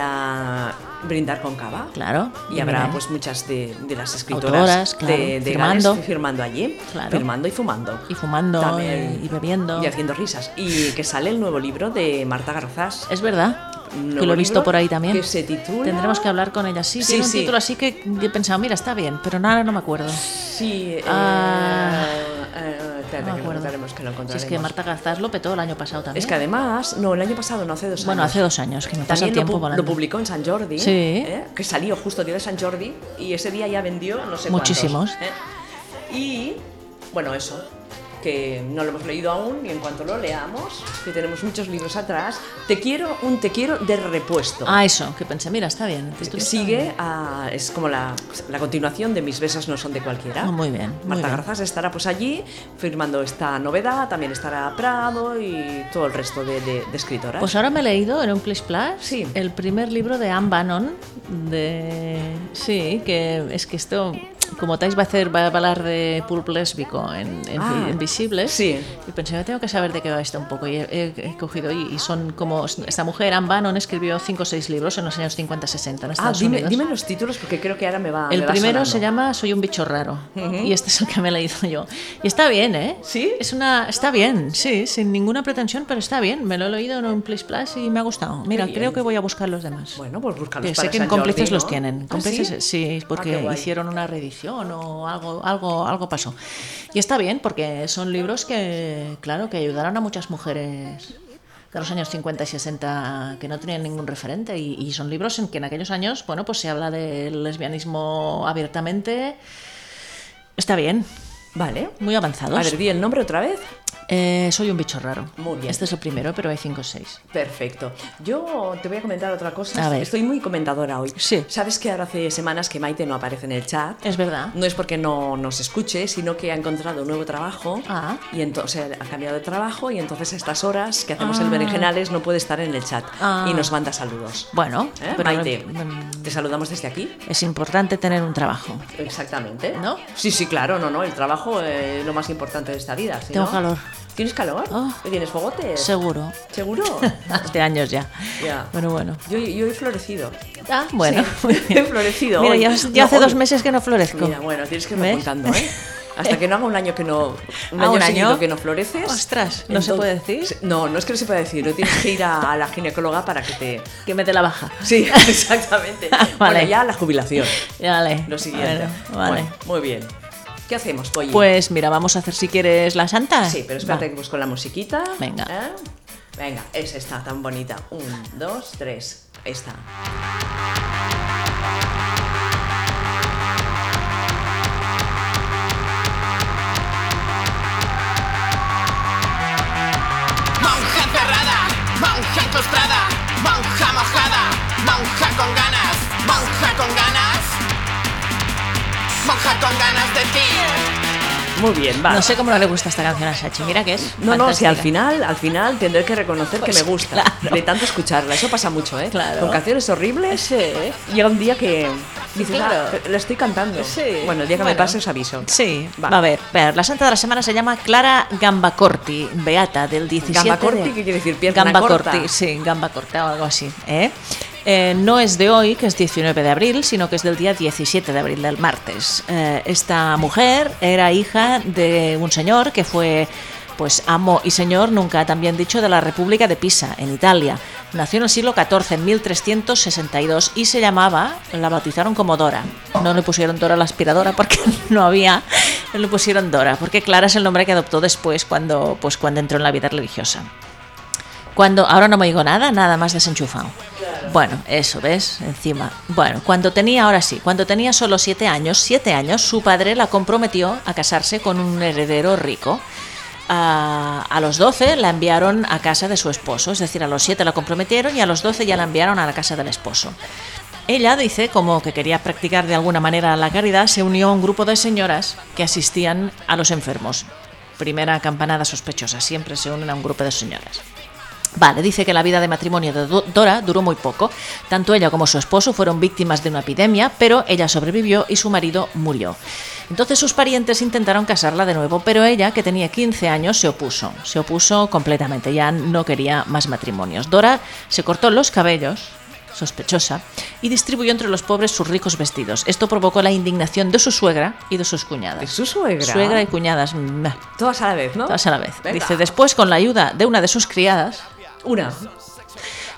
Speaker 1: para brindar con cava.
Speaker 2: Claro. ¿eh?
Speaker 1: Y habrá
Speaker 2: Mira,
Speaker 1: pues muchas de, de las escritoras
Speaker 2: Autoras, claro,
Speaker 1: de, de
Speaker 2: firmando.
Speaker 1: Gales firmando allí,
Speaker 2: Claro.
Speaker 1: firmando y fumando.
Speaker 2: Y fumando, eh, y- y bebiendo.
Speaker 1: Y haciendo risas. Y que sale el nuevo libro de Marta Garzás.
Speaker 2: Es verdad.
Speaker 1: Un
Speaker 2: Que
Speaker 1: nuevo
Speaker 2: lo he visto
Speaker 1: libro
Speaker 2: por ahí también.
Speaker 1: que se titula-
Speaker 2: Tendremos que hablar con ella. Sí,
Speaker 1: Sí,
Speaker 2: tiene un
Speaker 1: sí.
Speaker 2: título así que yo he pensado, mira, está bien, pero nada, no me acuerdo.
Speaker 1: Sí, eh,
Speaker 2: Ah.
Speaker 1: eh, espérate,
Speaker 2: No me
Speaker 1: que lo
Speaker 2: acuerdo.
Speaker 1: encontraremos, que lo
Speaker 2: Si es
Speaker 1: encontraremos.
Speaker 2: que Marta Garzás lo petó el año pasado también.
Speaker 1: Es que además, no, el año pasado, no hace dos años.
Speaker 2: bueno, hace dos años, que me pasa el
Speaker 1: También lo,
Speaker 2: tiempo
Speaker 1: pu-
Speaker 2: volando.
Speaker 1: lo publicó en San Jordi,
Speaker 2: Sí.
Speaker 1: ¿eh? que salió justo el día de San Jordi y ese día ya vendió no sé cuántos,
Speaker 2: Muchísimos.
Speaker 1: ¿eh? Y bueno, eso. que no lo hemos leído aún y en cuanto lo leamos, que tenemos muchos libros atrás, Te quiero, un te quiero de repuesto.
Speaker 2: Ah, eso, que pensé, mira, está bien. esto está
Speaker 1: Sigue, a- es como la, la continuación de Mis besos no son de cualquiera.
Speaker 2: Ah, muy bien, muy
Speaker 1: Marta
Speaker 2: bien.
Speaker 1: Garzas estará pues allí firmando esta novedad, también estará Prado y todo el resto de, de- de escritoras.
Speaker 2: Pues ahora me he leído en un Plus Plus
Speaker 1: Sí.
Speaker 2: el primer libro de Anne Bannon. De... Sí, que es que esto, como Tais va a hacer, va a hablar de pulpo lésbico en, en
Speaker 1: Ah,
Speaker 2: Invisibles.
Speaker 1: sí.
Speaker 2: Y pensé, "Yo tengo que saber de qué va esto un poco. Y he, he- he cogido, y, y son como. Esta mujer, Anne Bannon, escribió cinco o seis libros en los años 50-60 en
Speaker 1: ah,
Speaker 2: Estados
Speaker 1: dime,
Speaker 2: Unidos.
Speaker 1: dime los títulos porque creo que ahora me va
Speaker 2: El
Speaker 1: me va
Speaker 2: primero
Speaker 1: sonando.
Speaker 2: se llama Soy un bicho raro. Y este es el que me he leído yo. Y está bien, ¿eh?
Speaker 1: ¿Sí?
Speaker 2: Es una, está bien, sí, sin ninguna pretensión, pero está bien. Me lo he leído en un Plus Plus y me ha gustado. Mira,
Speaker 1: bien.
Speaker 2: creo que voy a buscar los demás.
Speaker 1: Bueno, pues búscalos
Speaker 2: Que
Speaker 1: para
Speaker 2: sé que
Speaker 1: San
Speaker 2: en Cómplices
Speaker 1: Jordi, ¿no?
Speaker 2: los tienen.
Speaker 1: ¿Ah,
Speaker 2: Cómplices,
Speaker 1: sí?
Speaker 2: sí, es
Speaker 1: Ah,
Speaker 2: porque
Speaker 1: qué guay.
Speaker 2: hicieron una reedición o algo, algo, algo pasó. Y está bien, porque son libros que, claro, que ayudaron a muchas mujeres de los años 50 y 60 que no tenían ningún referente y, y son libros en que en aquellos años, bueno, pues se habla del lesbianismo abiertamente. Está bien,
Speaker 1: Vale.
Speaker 2: muy avanzados.
Speaker 1: A ver, di el nombre otra vez.
Speaker 2: Eh, soy un bicho raro.
Speaker 1: Muy bien.
Speaker 2: Este es el primero, pero hay cinco o seis.
Speaker 1: Perfecto. Yo te voy a comentar otra cosa.
Speaker 2: A ver.
Speaker 1: Estoy muy comentadora hoy.
Speaker 2: Sí.
Speaker 1: Sabes que ahora hace semanas que Maite no aparece en el chat.
Speaker 2: Es verdad.
Speaker 1: No es porque no nos escuche, sino que ha encontrado un nuevo trabajo
Speaker 2: Ah.
Speaker 1: y entonces ha cambiado de trabajo y entonces a estas horas que hacemos el berenjenales no puede estar en el chat
Speaker 2: Ah.
Speaker 1: y nos manda saludos.
Speaker 2: Bueno,
Speaker 1: ¿Eh,
Speaker 2: pero- mm,
Speaker 1: Maite, te saludamos desde aquí.
Speaker 2: es importante tener un trabajo.
Speaker 1: Exactamente.
Speaker 2: ¿No?
Speaker 1: Sí, sí, claro, no, no. El trabajo es lo más importante de esta vida. ¿sí,
Speaker 2: Tengo
Speaker 1: no?
Speaker 2: calor.
Speaker 1: ¿Tienes calor?
Speaker 2: Oh.
Speaker 1: ¿Tienes fogote?
Speaker 2: Seguro.
Speaker 1: ¿Seguro?
Speaker 2: [laughs] Hace años ya.
Speaker 1: Ya.
Speaker 2: Bueno, bueno.
Speaker 1: Yo, yo he florecido.
Speaker 2: Ah, bueno.
Speaker 1: Sí.
Speaker 2: muy bien.
Speaker 1: He [laughs] florecido
Speaker 2: Mira,
Speaker 1: hoy.
Speaker 2: ya, ya
Speaker 1: No,
Speaker 2: hace
Speaker 1: hoy.
Speaker 2: dos meses que no florezco.
Speaker 1: Mira, bueno, tienes que irme
Speaker 2: ¿Ves?
Speaker 1: apuntando, ¿eh? Hasta que no haga un año que no.
Speaker 2: [laughs]
Speaker 1: Un
Speaker 2: Ah,
Speaker 1: año,
Speaker 2: un
Speaker 1: seguido
Speaker 2: año.
Speaker 1: que no floreces.
Speaker 2: Ostras, ¿no se puede decir?
Speaker 1: se- No, no es que no se pueda decir. No tienes que
Speaker 2: [laughs]
Speaker 1: ir a, a la ginecóloga para que te.
Speaker 2: Que mete la baja.
Speaker 1: Sí, [laughs] exactamente.
Speaker 2: Vale.
Speaker 1: Bueno, ya la jubilación.
Speaker 2: Vale.
Speaker 1: Lo siguiente.
Speaker 2: Bueno, vale.
Speaker 1: Bueno, muy bien. ¿Qué hacemos, Polly?
Speaker 2: Pues mira, vamos a hacer si quieres la santa.
Speaker 1: Sí, pero espérate
Speaker 2: Ah, Va.
Speaker 1: que busco la musiquita.
Speaker 2: Venga.
Speaker 1: ¿eh? Venga, es esta tan bonita. Un, dos, tres. Esta.
Speaker 4: Monja cerrada, monja tostrada, monja mojada, monja con ganas, monja con ganas, monja con ganas de ti.
Speaker 1: Muy bien, va.
Speaker 2: No sé cómo no le gusta esta canción a Sachi. Mira que es.
Speaker 1: No, no, si
Speaker 2: fantástica.
Speaker 1: al final, al final tendré que reconocer
Speaker 2: Pues
Speaker 1: que me gusta.
Speaker 2: claro.
Speaker 1: De tanto escucharla, eso pasa mucho, ¿eh?
Speaker 2: Claro.
Speaker 1: Con canciones horribles, llega un día que dices,
Speaker 2: Claro.
Speaker 1: "Ah, la estoy cantando.
Speaker 2: Sí.
Speaker 1: Bueno, el día que me
Speaker 2: Bueno.
Speaker 1: pase os aviso.
Speaker 2: Sí,
Speaker 1: Va.
Speaker 2: va. a ver, ver, la santa de la semana se llama Clara Gambacorti, beata del 17
Speaker 1: Gambacorti,
Speaker 2: de-
Speaker 1: ¿qué quiere decir? Pierna
Speaker 2: Gambacorti,
Speaker 1: corta.
Speaker 2: sí, gamba corta o algo así, ¿eh? Eh, no es de hoy, que es 19 de abril, sino que es del día 17 de abril, del martes. Eh, esta mujer era hija de un señor que fue pues amo y señor, nunca también dicho, de la República de Pisa, en Italia. Nació en el siglo XIV, en 1362, y se llamaba, la bautizaron como Dora. No le pusieron Dora la aspiradora porque [laughs] no había, le pusieron Dora, porque Clara es el nombre que adoptó después cuando, pues, cuando entró en la vida religiosa. Cuando ahora no me digo nada, nada más desenchufado. Bueno, eso, ¿ves? Encima. Bueno, cuando tenía, ahora sí, cuando tenía solo siete años, siete años, su padre la comprometió a casarse con un heredero rico. Ah, a los 12 la enviaron a casa de su esposo, es decir, a los siete la comprometieron y a los 12 ya la enviaron a la casa del esposo. Ella dice, como que quería practicar de alguna manera la caridad, se unió a un grupo de señoras que asistían a los enfermos. Primera campanada sospechosa, siempre se unen a un grupo de señoras. Vale, dice que la vida de matrimonio de Do- Dora duró muy poco. Tanto ella como su esposo fueron víctimas de una epidemia, pero ella sobrevivió y su marido murió. Entonces sus parientes intentaron casarla de nuevo, pero ella, que tenía 15 años, se opuso. Se opuso completamente, ya no quería más matrimonios. Dora se cortó los cabellos, sospechosa, y distribuyó entre los pobres sus ricos vestidos. Esto provocó la indignación de su suegra y de sus cuñadas.
Speaker 1: ¿De su suegra?
Speaker 2: Suegra y cuñadas. meh,
Speaker 1: Todas a la vez, ¿no?
Speaker 2: Todas a la vez.
Speaker 1: Venga.
Speaker 2: Dice, después, con la ayuda de una de sus criadas,
Speaker 1: Una.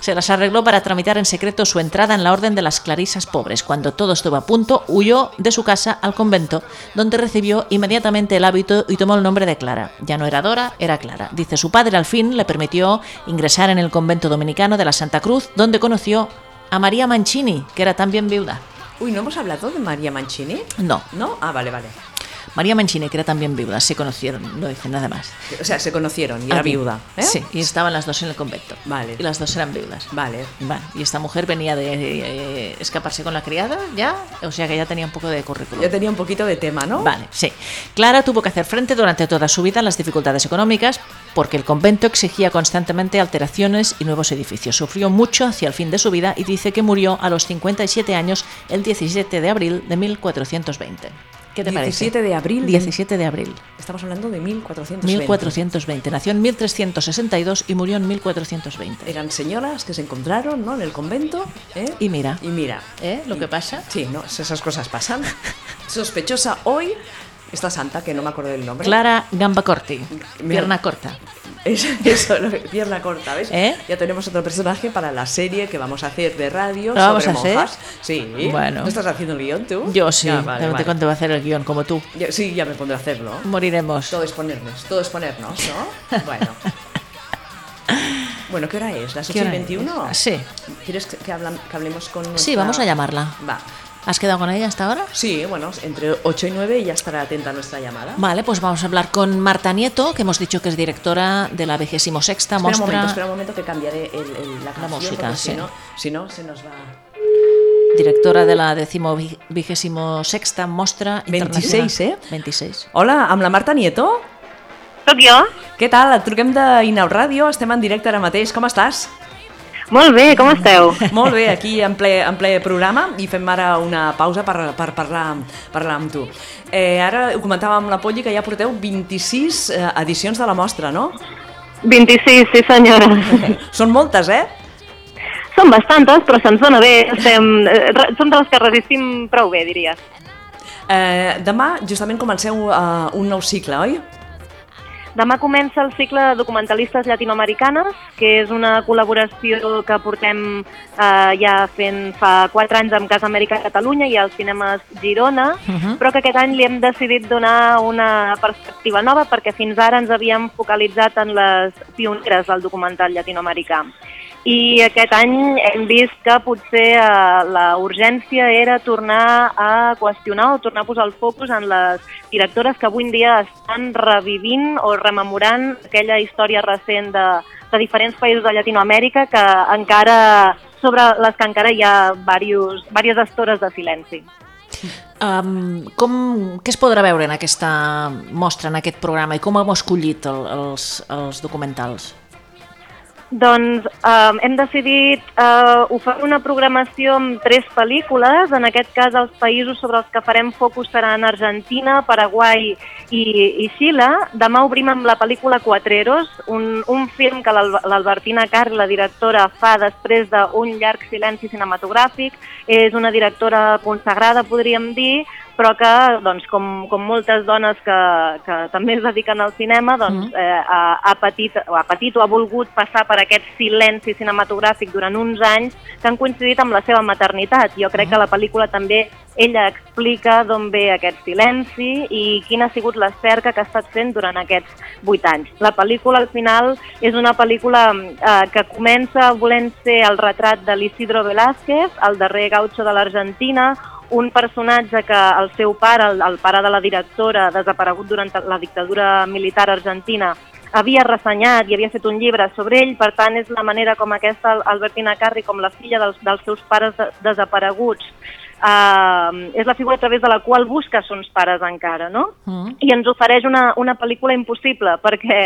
Speaker 2: se las arregló para tramitar en secreto su entrada en la Orden de las Clarisas Pobres. Cuando todo estuvo a punto, huyó de su casa al convento, donde recibió inmediatamente el hábito y tomó el nombre de Clara. Ya no era Dora, era Clara. Dice, su padre al fin le permitió ingresar en el convento dominicano de la Santa Cruz, donde conoció a María Mancini, que era también viuda.
Speaker 1: Uy, ¿no hemos hablado de María Mancini?
Speaker 2: No.
Speaker 1: ¿No? Ah, vale, vale.
Speaker 2: María Mancini, que era también viuda, se conocieron, no dicen nada más.
Speaker 1: O sea, se conocieron y era
Speaker 2: Ah, bien.
Speaker 1: viuda. ¿eh?
Speaker 2: Sí, y estaban las dos en el convento.
Speaker 1: Vale.
Speaker 2: Y las dos eran viudas.
Speaker 1: Vale.
Speaker 2: Vale, y esta mujer venía de eh, escaparse con la criada, ya, o sea que ya tenía un poco de currículum.
Speaker 1: Yo tenía un poquito de tema, ¿no?
Speaker 2: Vale, sí. Clara tuvo que hacer frente durante toda su vida a las dificultades económicas porque el convento exigía constantemente alteraciones y nuevos edificios. Sufrió mucho hacia el fin de su vida y dice que murió a los 57 años el 17 de abril de 1420. ¿Qué te parece?
Speaker 1: 17 de abril de-
Speaker 2: 17 de abril.
Speaker 1: Estamos hablando de 1420.
Speaker 2: 1420. Nació en 1362 y murió en 1420.
Speaker 1: Eran señoras que se encontraron, ¿no? En el convento. ¿eh?
Speaker 2: Y mira.
Speaker 1: Y mira.
Speaker 2: ¿Eh? Lo que pasa.
Speaker 1: Sí, no, esas
Speaker 2: [laughs]
Speaker 1: cosas pasan. Sospechosa hoy esta santa, que no me acuerdo del nombre.
Speaker 2: Clara Gamba Corti,
Speaker 1: Mira.
Speaker 2: pierna corta.
Speaker 1: [laughs] Es- Eso, lo- pierna corta, ¿ves?
Speaker 2: ¿Eh?
Speaker 1: Ya tenemos otro personaje para la serie que vamos a hacer de radio.
Speaker 2: ¿La vamos
Speaker 1: sobre
Speaker 2: a hacer?
Speaker 1: monjas. Sí.
Speaker 2: Bueno.
Speaker 1: ¿No estás haciendo el guión tú?
Speaker 2: Yo sí,
Speaker 1: Ya, Ah, vale,
Speaker 2: también
Speaker 1: vale.
Speaker 2: te conté va a hacer el guión como tú.
Speaker 1: Yo- sí, ya me pondré a hacerlo.
Speaker 2: Moriremos.
Speaker 1: Todo es ponernos, todo es ponernos, ¿no? Bueno. Bueno, ¿qué hora es? ¿Las
Speaker 2: ¿Qué
Speaker 1: 8 y
Speaker 2: hora
Speaker 1: 21?
Speaker 2: es? Sí.
Speaker 1: ¿Quieres que, que hablam- que hablemos con.?
Speaker 2: Sí,
Speaker 1: nuestra-
Speaker 2: vamos a llamarla.
Speaker 1: Va.
Speaker 2: ¿Has quedado con ella hasta ahora?
Speaker 1: Sí, bueno, entre 8 y 9 ya estará atenta a nuestra llamada.
Speaker 2: Vale, pues vamos a hablar con Marta Nieto, que hemos dicho que es directora de la 26 sexta
Speaker 1: espera un
Speaker 2: mostra
Speaker 1: momento, espera un momento que cambiaré el, el- la canción.
Speaker 2: música,
Speaker 1: porque
Speaker 2: sí.
Speaker 1: Si no, si no, se nos va.
Speaker 2: directora de la decimo vi- vigésimo sexta mostra
Speaker 1: 26,
Speaker 2: internacional.
Speaker 1: eh?
Speaker 2: 26.
Speaker 1: Hola, amb la Marta Nieto?
Speaker 5: Sóc jo?
Speaker 1: Què tal? Et truquem de Inau Ràdio, estem en directe ara mateix, com estàs?
Speaker 5: Molt bé, com esteu?
Speaker 1: Molt bé, aquí en ple, en ple programa i fem ara una pausa per, per parlar, parlar amb tu. Eh, ara ho comentava amb la Polly que ja porteu 26 eh, edicions de la mostra, no?
Speaker 5: 26, sí senyora.
Speaker 1: Són moltes, eh?
Speaker 5: Som bastantes, però se'ns dona bé. Estem, eh, re- som de les que resistim prou bé, diria.
Speaker 1: eh demà justament comenceu eh, un nou cicle, oi?
Speaker 5: Demà comença el cicle de documentalistes llatinoamericanes, que és una col·laboració que portem eh, ja fent fa 4 anys amb Casa Amèrica Catalunya i als cinemes Girona,
Speaker 2: Mhm.
Speaker 5: però que aquest any li hem decidit donar una perspectiva nova perquè fins ara ens havíem focalitzat en les pioneres del documental llatinoamericà. I aquest any hem vist que potser eh, la urgència era tornar a qüestionar o tornar a posar el focus en les directores que avui en dia estan revivint o rememorant aquella història recent de, de diferents països de Llatinoamèrica que encara sobre les que encara hi ha diversos, diverses estores de silenci.
Speaker 2: Um, com, què es podrà veure en aquesta mostra, en aquest programa, i com hem escollit el, els, els documentals?
Speaker 5: Doncs eh, hem decidit eh, oferir una programació amb tres pel·lícules. En aquest cas, els països sobre els que farem focus seran Argentina, Paraguai i, i Xile. Demà obrim amb la pel·lícula Quatreros, un, un film que l'Al- l'Albertina Carri, la directora, fa després d'un llarg silenci cinematogràfic. És una directora consagrada, podríem dir, però que, doncs, com, com moltes dones que, que també es dediquen al cinema, doncs, eh, ha, ha, patit, o ha patit o ha volgut passar per aquest silenci cinematogràfic durant uns anys que han coincidit amb la seva maternitat. Jo crec que la pel·lícula també ella explica d'on ve aquest silenci i quina ha sigut la cerca que ha estat fent durant aquests vuit anys. La pel·lícula, al final, és una pel·lícula eh, que comença volent ser el retrat de l'Isidro Velázquez, el darrer gaucho de l'Argentina, un personatge que el seu pare, el, el pare de la directora, desaparegut durant la dictadura militar argentina, havia ressenyat i havia fet un llibre sobre ell, per tant és la manera com aquesta Albertina Carri, com la filla dels, dels seus pares de, desapareguts, eh, és la figura a través de la qual busca sons pares encara, no?
Speaker 2: Mm.
Speaker 5: i ens ofereix una, una pel·lícula impossible, perquè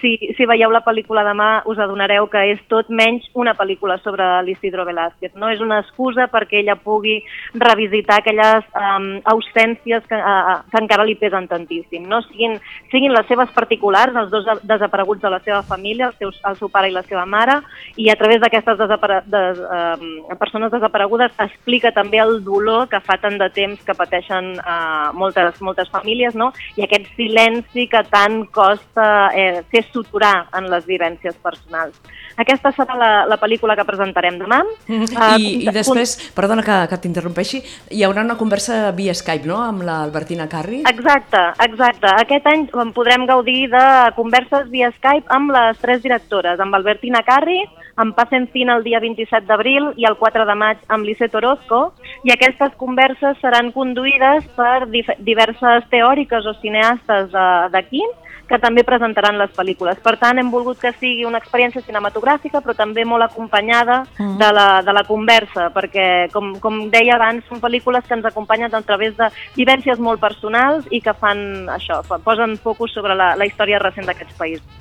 Speaker 5: si, si veieu la pel·lícula demà us adonareu que és tot menys una pel·lícula sobre l'Isidro Velázquez. No és una excusa perquè ella pugui revisitar aquelles um, ausències que, uh, que encara li pesen tantíssim. No? Siguin, siguin les seves particulars, els dos de- desapareguts de la seva família, el seu, el seu pare i la seva mare, i a través d'aquestes desapare... des, eh, persones desaparegudes explica també el dolor que fa tant de temps que pateixen eh, moltes, moltes famílies no? i aquest silenci que tant costa eh, fer suturar en les vivències personals. Aquesta serà la, la pel·lícula que presentarem demà.
Speaker 1: [laughs]
Speaker 5: Eh,
Speaker 1: I, i
Speaker 5: compta-
Speaker 1: després, perdona que, que t'interrompeixi, hi haurà una conversa via Skype, no?, amb l'Albertina Carri?
Speaker 5: Exacte, exacte. Aquest any en podrem gaudir de converses via Skype amb les tres directores, amb Albertina Carri, amb Paz Encina el dia 27 d'abril i el 4 de maig amb Lisset Orozco, i aquestes converses seran conduïdes per dif- diverses teòriques o cineastes de- d'aquí, que també presentaran les pel·lícules. Per tant, hem volgut que sigui una experiència cinematogràfica, però també molt acompanyada de la, de la conversa, perquè, com, com deia abans, són pel·lícules que ens acompanyen a través de vivències molt personals i que fan això, fa- posen focus sobre la, la història recent d'aquests països.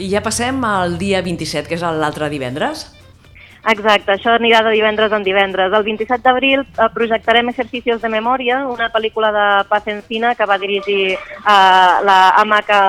Speaker 1: I ja passem al dia 27, que és l'altre divendres.
Speaker 5: Exacte, això anirà de divendres en divendres. El 27 d'abril eh, projectarem Ejercicios de Memòria, una pel·lícula de Paz Encina que va dirigir eh, la hamaca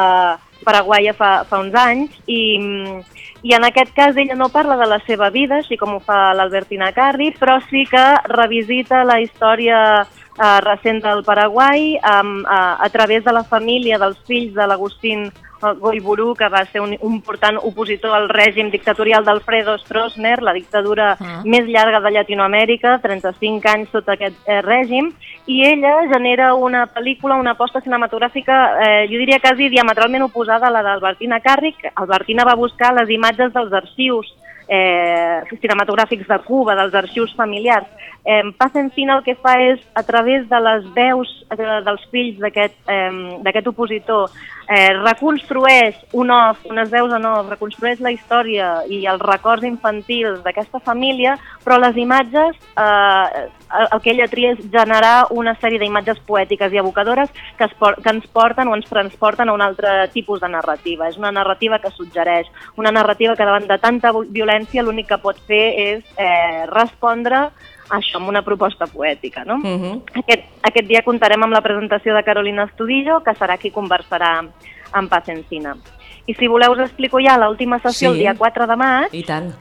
Speaker 5: paraguaia fa, fa uns anys i, mm, i en aquest cas ella no parla de la seva vida, així com ho fa l'Albertina Carri, però sí que revisita la història eh, recent del Paraguai amb, eh, a, a través de la família dels fills de l'Agustín eh, Goiburú, que va ser un important opositor al règim dictatorial d'Alfredo Stroessner, la dictadura
Speaker 2: Ah.
Speaker 5: més llarga de Llatinoamèrica, 35 anys sota aquest eh, règim, i ella genera una pel·lícula, una aposta cinematogràfica, eh, jo diria quasi diametralment oposada a la d'Albertina Carri, que Albertina va buscar les imatges dels arxius eh, cinematogràfics de Cuba, dels arxius familiars. Eh, Paz Encina el que fa és, a través de les veus eh, dels fills d'aquest eh, d'aquest opositor, eh, reconstrueix un off, unes veus en off, reconstrueix la història i els records infantils d'aquesta família, però les imatges, eh, el el que ella tria és generar una sèrie d'imatges poètiques i evocadores que, es por que ens porten o ens transporten a un altre tipus de narrativa. És una narrativa que suggereix, una narrativa que davant de tanta vo- violència l'únic que pot fer és eh, respondre a això amb una proposta poètica. No?
Speaker 1: Uh -huh.
Speaker 5: Aquest, aquest dia comptarem amb la presentació de Carolina Estudillo, que serà qui conversarà amb Paz Encina. I si voleu us explico ja l'última sessió,
Speaker 1: Sí.
Speaker 5: el dia 4 de maig,
Speaker 1: I tant.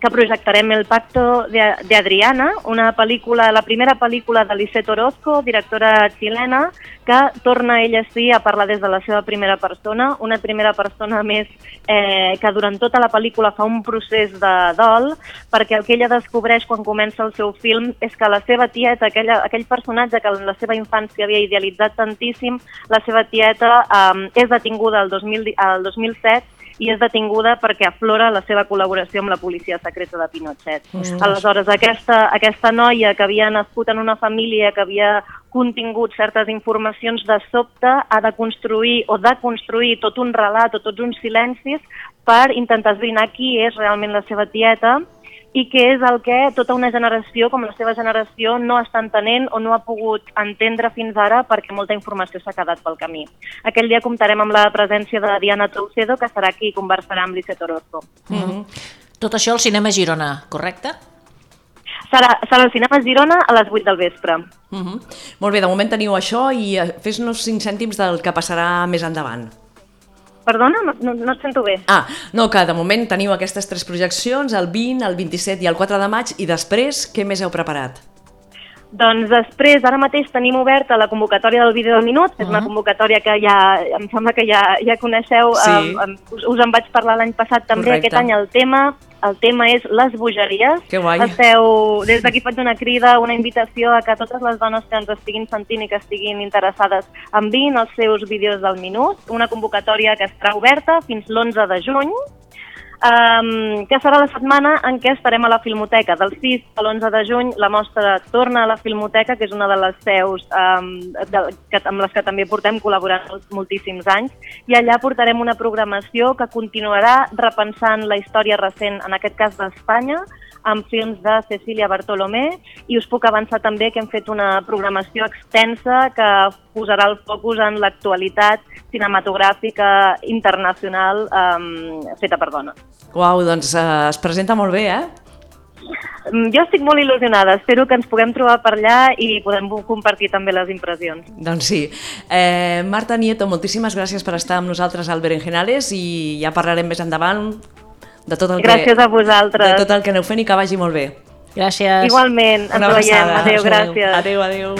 Speaker 5: que projectarem El pacto de, de Adriana, una pel·lícula, la primera pel·lícula de Lisette Orozco, directora xilena, que torna ella sí a parlar des de la seva primera persona, una primera persona a més eh, que durant tota la pel·lícula fa un procés de dol, perquè el que ella descobreix quan comença el seu film és que la seva tieta, aquella, aquell personatge que en la seva infància havia idealitzat tantíssim, la seva tieta eh, és detinguda el, 2000, el 2007 i és detinguda perquè aflora la seva col·laboració amb la policia secreta de Pinochet. Aleshores, aquesta, aquesta noia que havia nascut en una família que havia contingut certes informacions de sobte ha de construir o de construir tot un relat o tots uns silencis per intentar esbrinar qui és realment la seva tieta i que és el que tota una generació, com la seva generació, no està entenent o no ha pogut entendre fins ara perquè molta informació s'ha quedat pel camí. Aquell dia comptarem amb la presència de Diana Toucedo, que serà qui conversarà amb Lisset Orozco.
Speaker 2: Tot això al cinema Girona, correcte?
Speaker 5: Serà, serà al Cinema Girona a les 8 del vespre.
Speaker 1: Uh -huh. Molt bé, de moment teniu això i eh, fes-nos cinc cèntims del que passarà més endavant.
Speaker 5: Perdona, no- no, no et sento bé.
Speaker 1: Ah, no, que de moment teniu aquestes tres projeccions, el 20, el 27 i el 4 de maig, i després què més heu preparat?
Speaker 5: Doncs després, ara mateix tenim oberta la convocatòria del vídeo del minut, que és una convocatòria que ja, em sembla que ja, ja coneixeu,
Speaker 1: Sí.
Speaker 5: em- em- us, us en vaig parlar l'any passat també,
Speaker 1: Correcte.
Speaker 5: aquest any el tema el tema és les bogeries.
Speaker 1: Que guai.
Speaker 5: Esteu, des d'aquí faig una crida, una invitació a que totes les dones que ens estiguin sentint i que estiguin interessades enviïn els seus vídeos del minut, una convocatòria que estarà oberta fins l'11 de juny, um, que serà la setmana en què estarem a la Filmoteca. Del 6 a l'11 de juny la mostra torna a la Filmoteca, que és una de les seus um, de, que, amb les que també portem col·laborant mol- moltíssims anys, i allà portarem una programació que continuarà repensant la història recent, en aquest cas d'Espanya, amb films de Cecília Bartolomé i us puc avançar també que hem fet una programació extensa que posarà el focus en l'actualitat cinematogràfica internacional um, feta per dones.
Speaker 1: Uau, doncs eh, es presenta molt bé, eh?
Speaker 5: Mm, Jo estic molt il·lusionada, espero que ens puguem trobar per allà i podem compartir també les impressions.
Speaker 1: Doncs sí. Eh, Marta Nieto, moltíssimes gràcies per estar amb nosaltres al Berenjenales i ja parlarem més endavant de tot el
Speaker 5: Gràcies
Speaker 1: que,
Speaker 5: a vosaltres.
Speaker 1: de tot el que aneu fent i que vagi molt bé.
Speaker 2: Gràcies.
Speaker 5: Igualment, ens
Speaker 1: Una
Speaker 5: veiem.
Speaker 1: abraçada.
Speaker 5: Adéu,
Speaker 2: Adéu.
Speaker 5: gràcies.
Speaker 1: Adéu, adéu.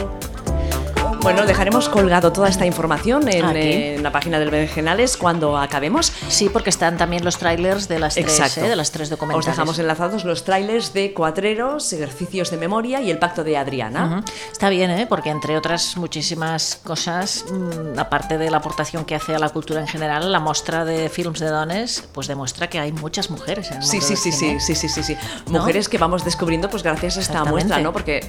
Speaker 4: Como
Speaker 1: Bueno, dejaremos colgado toda esta información en,
Speaker 2: Aquí.
Speaker 1: eh, en la página del Berenjenales cuando acabemos.
Speaker 2: Sí, porque están también los trailers de las tres,
Speaker 1: Exacto.
Speaker 2: ¿eh? de las tres documentales.
Speaker 1: Os dejamos enlazados los trailers de Cuatreros, Ejercicios de Memoria y El Pacto de Adriana.
Speaker 2: Ujú. Está bien, ¿eh? porque entre otras muchísimas cosas, mm, aparte de la aportación que hace a la cultura en general, la muestra de films de dones, pues demuestra que hay muchas mujeres en el
Speaker 1: Sí,
Speaker 2: mundo
Speaker 1: sí,
Speaker 2: del
Speaker 1: sí, sí,
Speaker 2: cine.
Speaker 1: sí, sí, sí, sí.
Speaker 2: ¿No?
Speaker 1: Mujeres que vamos descubriendo pues gracias a esta
Speaker 2: Exactamente.
Speaker 1: muestra, ¿no? Porque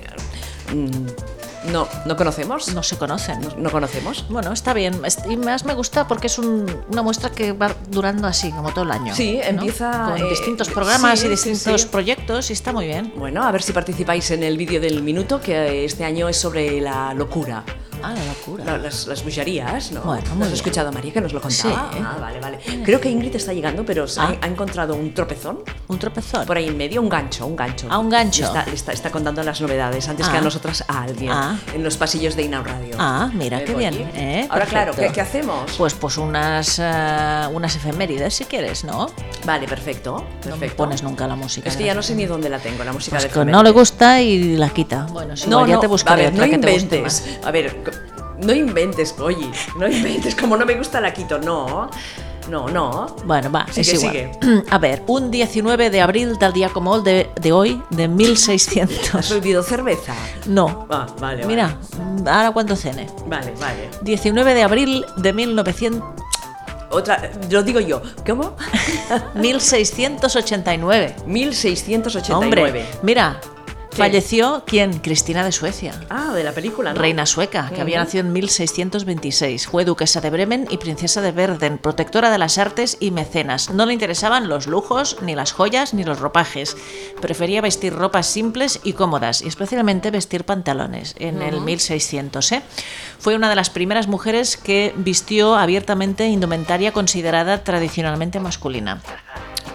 Speaker 1: mm, no, no conocemos.
Speaker 2: No se conocen.
Speaker 1: No- no conocemos.
Speaker 2: Bueno, está bien. Es- Y más me gusta porque es un- una muestra que va durando así, como todo el año.
Speaker 1: Sí,
Speaker 2: ¿no?
Speaker 1: empieza,
Speaker 2: Con
Speaker 1: eh,
Speaker 2: distintos programas
Speaker 1: sí,
Speaker 2: y
Speaker 1: sí,
Speaker 2: distintos
Speaker 1: sí.
Speaker 2: proyectos y está muy bien.
Speaker 1: Bueno, a ver si participáis en el vídeo del minuto, que este año es sobre la locura.
Speaker 2: Ah, la locura.
Speaker 1: La- Las, las bullarías, ¿no?
Speaker 2: Bueno, muy
Speaker 1: ¿No has
Speaker 2: bien.
Speaker 1: escuchado a María que nos lo
Speaker 2: Sí,
Speaker 1: contaba?
Speaker 2: ¿eh?
Speaker 1: Ah, vale, vale. Creo que Ingrid está llegando, pero se-
Speaker 2: Ah.
Speaker 1: ha, ha encontrado un tropezón
Speaker 2: Un tropezón.
Speaker 1: por ahí en medio, un gancho, un gancho.
Speaker 2: Ah, un gancho.
Speaker 1: Le Está, le está, está contando las novedades antes
Speaker 2: Ah.
Speaker 1: que a nosotras a alguien
Speaker 2: Ah.
Speaker 1: en los pasillos de Inau Radio.
Speaker 2: Ah, mira, qué
Speaker 1: oye.
Speaker 2: bien, ¿eh?
Speaker 1: Ahora, claro,
Speaker 2: Perfecto.
Speaker 1: ¿qué, qué hacemos?
Speaker 2: Pues, pues unas, eh, unas efemérides, si quieres, ¿no?
Speaker 1: vale, perfecto.
Speaker 2: No me
Speaker 1: perfecto.
Speaker 2: pones nunca la música. ¿eh?
Speaker 1: Es que ya no sé ni dónde la tengo, la música
Speaker 2: Pues
Speaker 1: de
Speaker 2: que no le gusta y la quita. Bueno, si no, ya te
Speaker 1: a
Speaker 2: buscaré
Speaker 1: ver,
Speaker 2: otra
Speaker 1: no
Speaker 2: que te guste
Speaker 1: inventes. a ver, co- no inventes, oye, no inventes. Como no me gusta la quito, no, no, no.
Speaker 2: más. Bueno, va,
Speaker 1: Sigue,
Speaker 2: es igual. [clears throat] A ver, un 19 de abril, tal día como hoy, de, de hoy, de
Speaker 1: ¿Has [laughs]
Speaker 2: 1600.
Speaker 1: bebido cerveza?
Speaker 2: No.
Speaker 1: Ah, vale,
Speaker 2: Mira, ahora cuando cene.
Speaker 1: vale, vale, vale.
Speaker 2: 19 de abril de 1900
Speaker 1: Otra, lo digo yo.
Speaker 2: [laughs]
Speaker 1: ¿Cómo?
Speaker 2: 1689.
Speaker 1: 1689.
Speaker 2: Hombre, mira,
Speaker 1: ¿Qué?
Speaker 2: falleció quién? Cristina de Suecia.
Speaker 1: Ah, de la película. ¿no?
Speaker 2: Reina sueca, que había
Speaker 1: Ujú.
Speaker 2: nacido en 1626. Fue duquesa de Bremen y princesa de Verden, protectora de las artes y mecenas. No le interesaban los lujos, ni las joyas, ni los ropajes. Prefería vestir ropas simples y cómodas, y especialmente vestir pantalones, en el 1600. ¿eh? Fue una de las primeras mujeres que vistió abiertamente indumentaria considerada tradicionalmente masculina.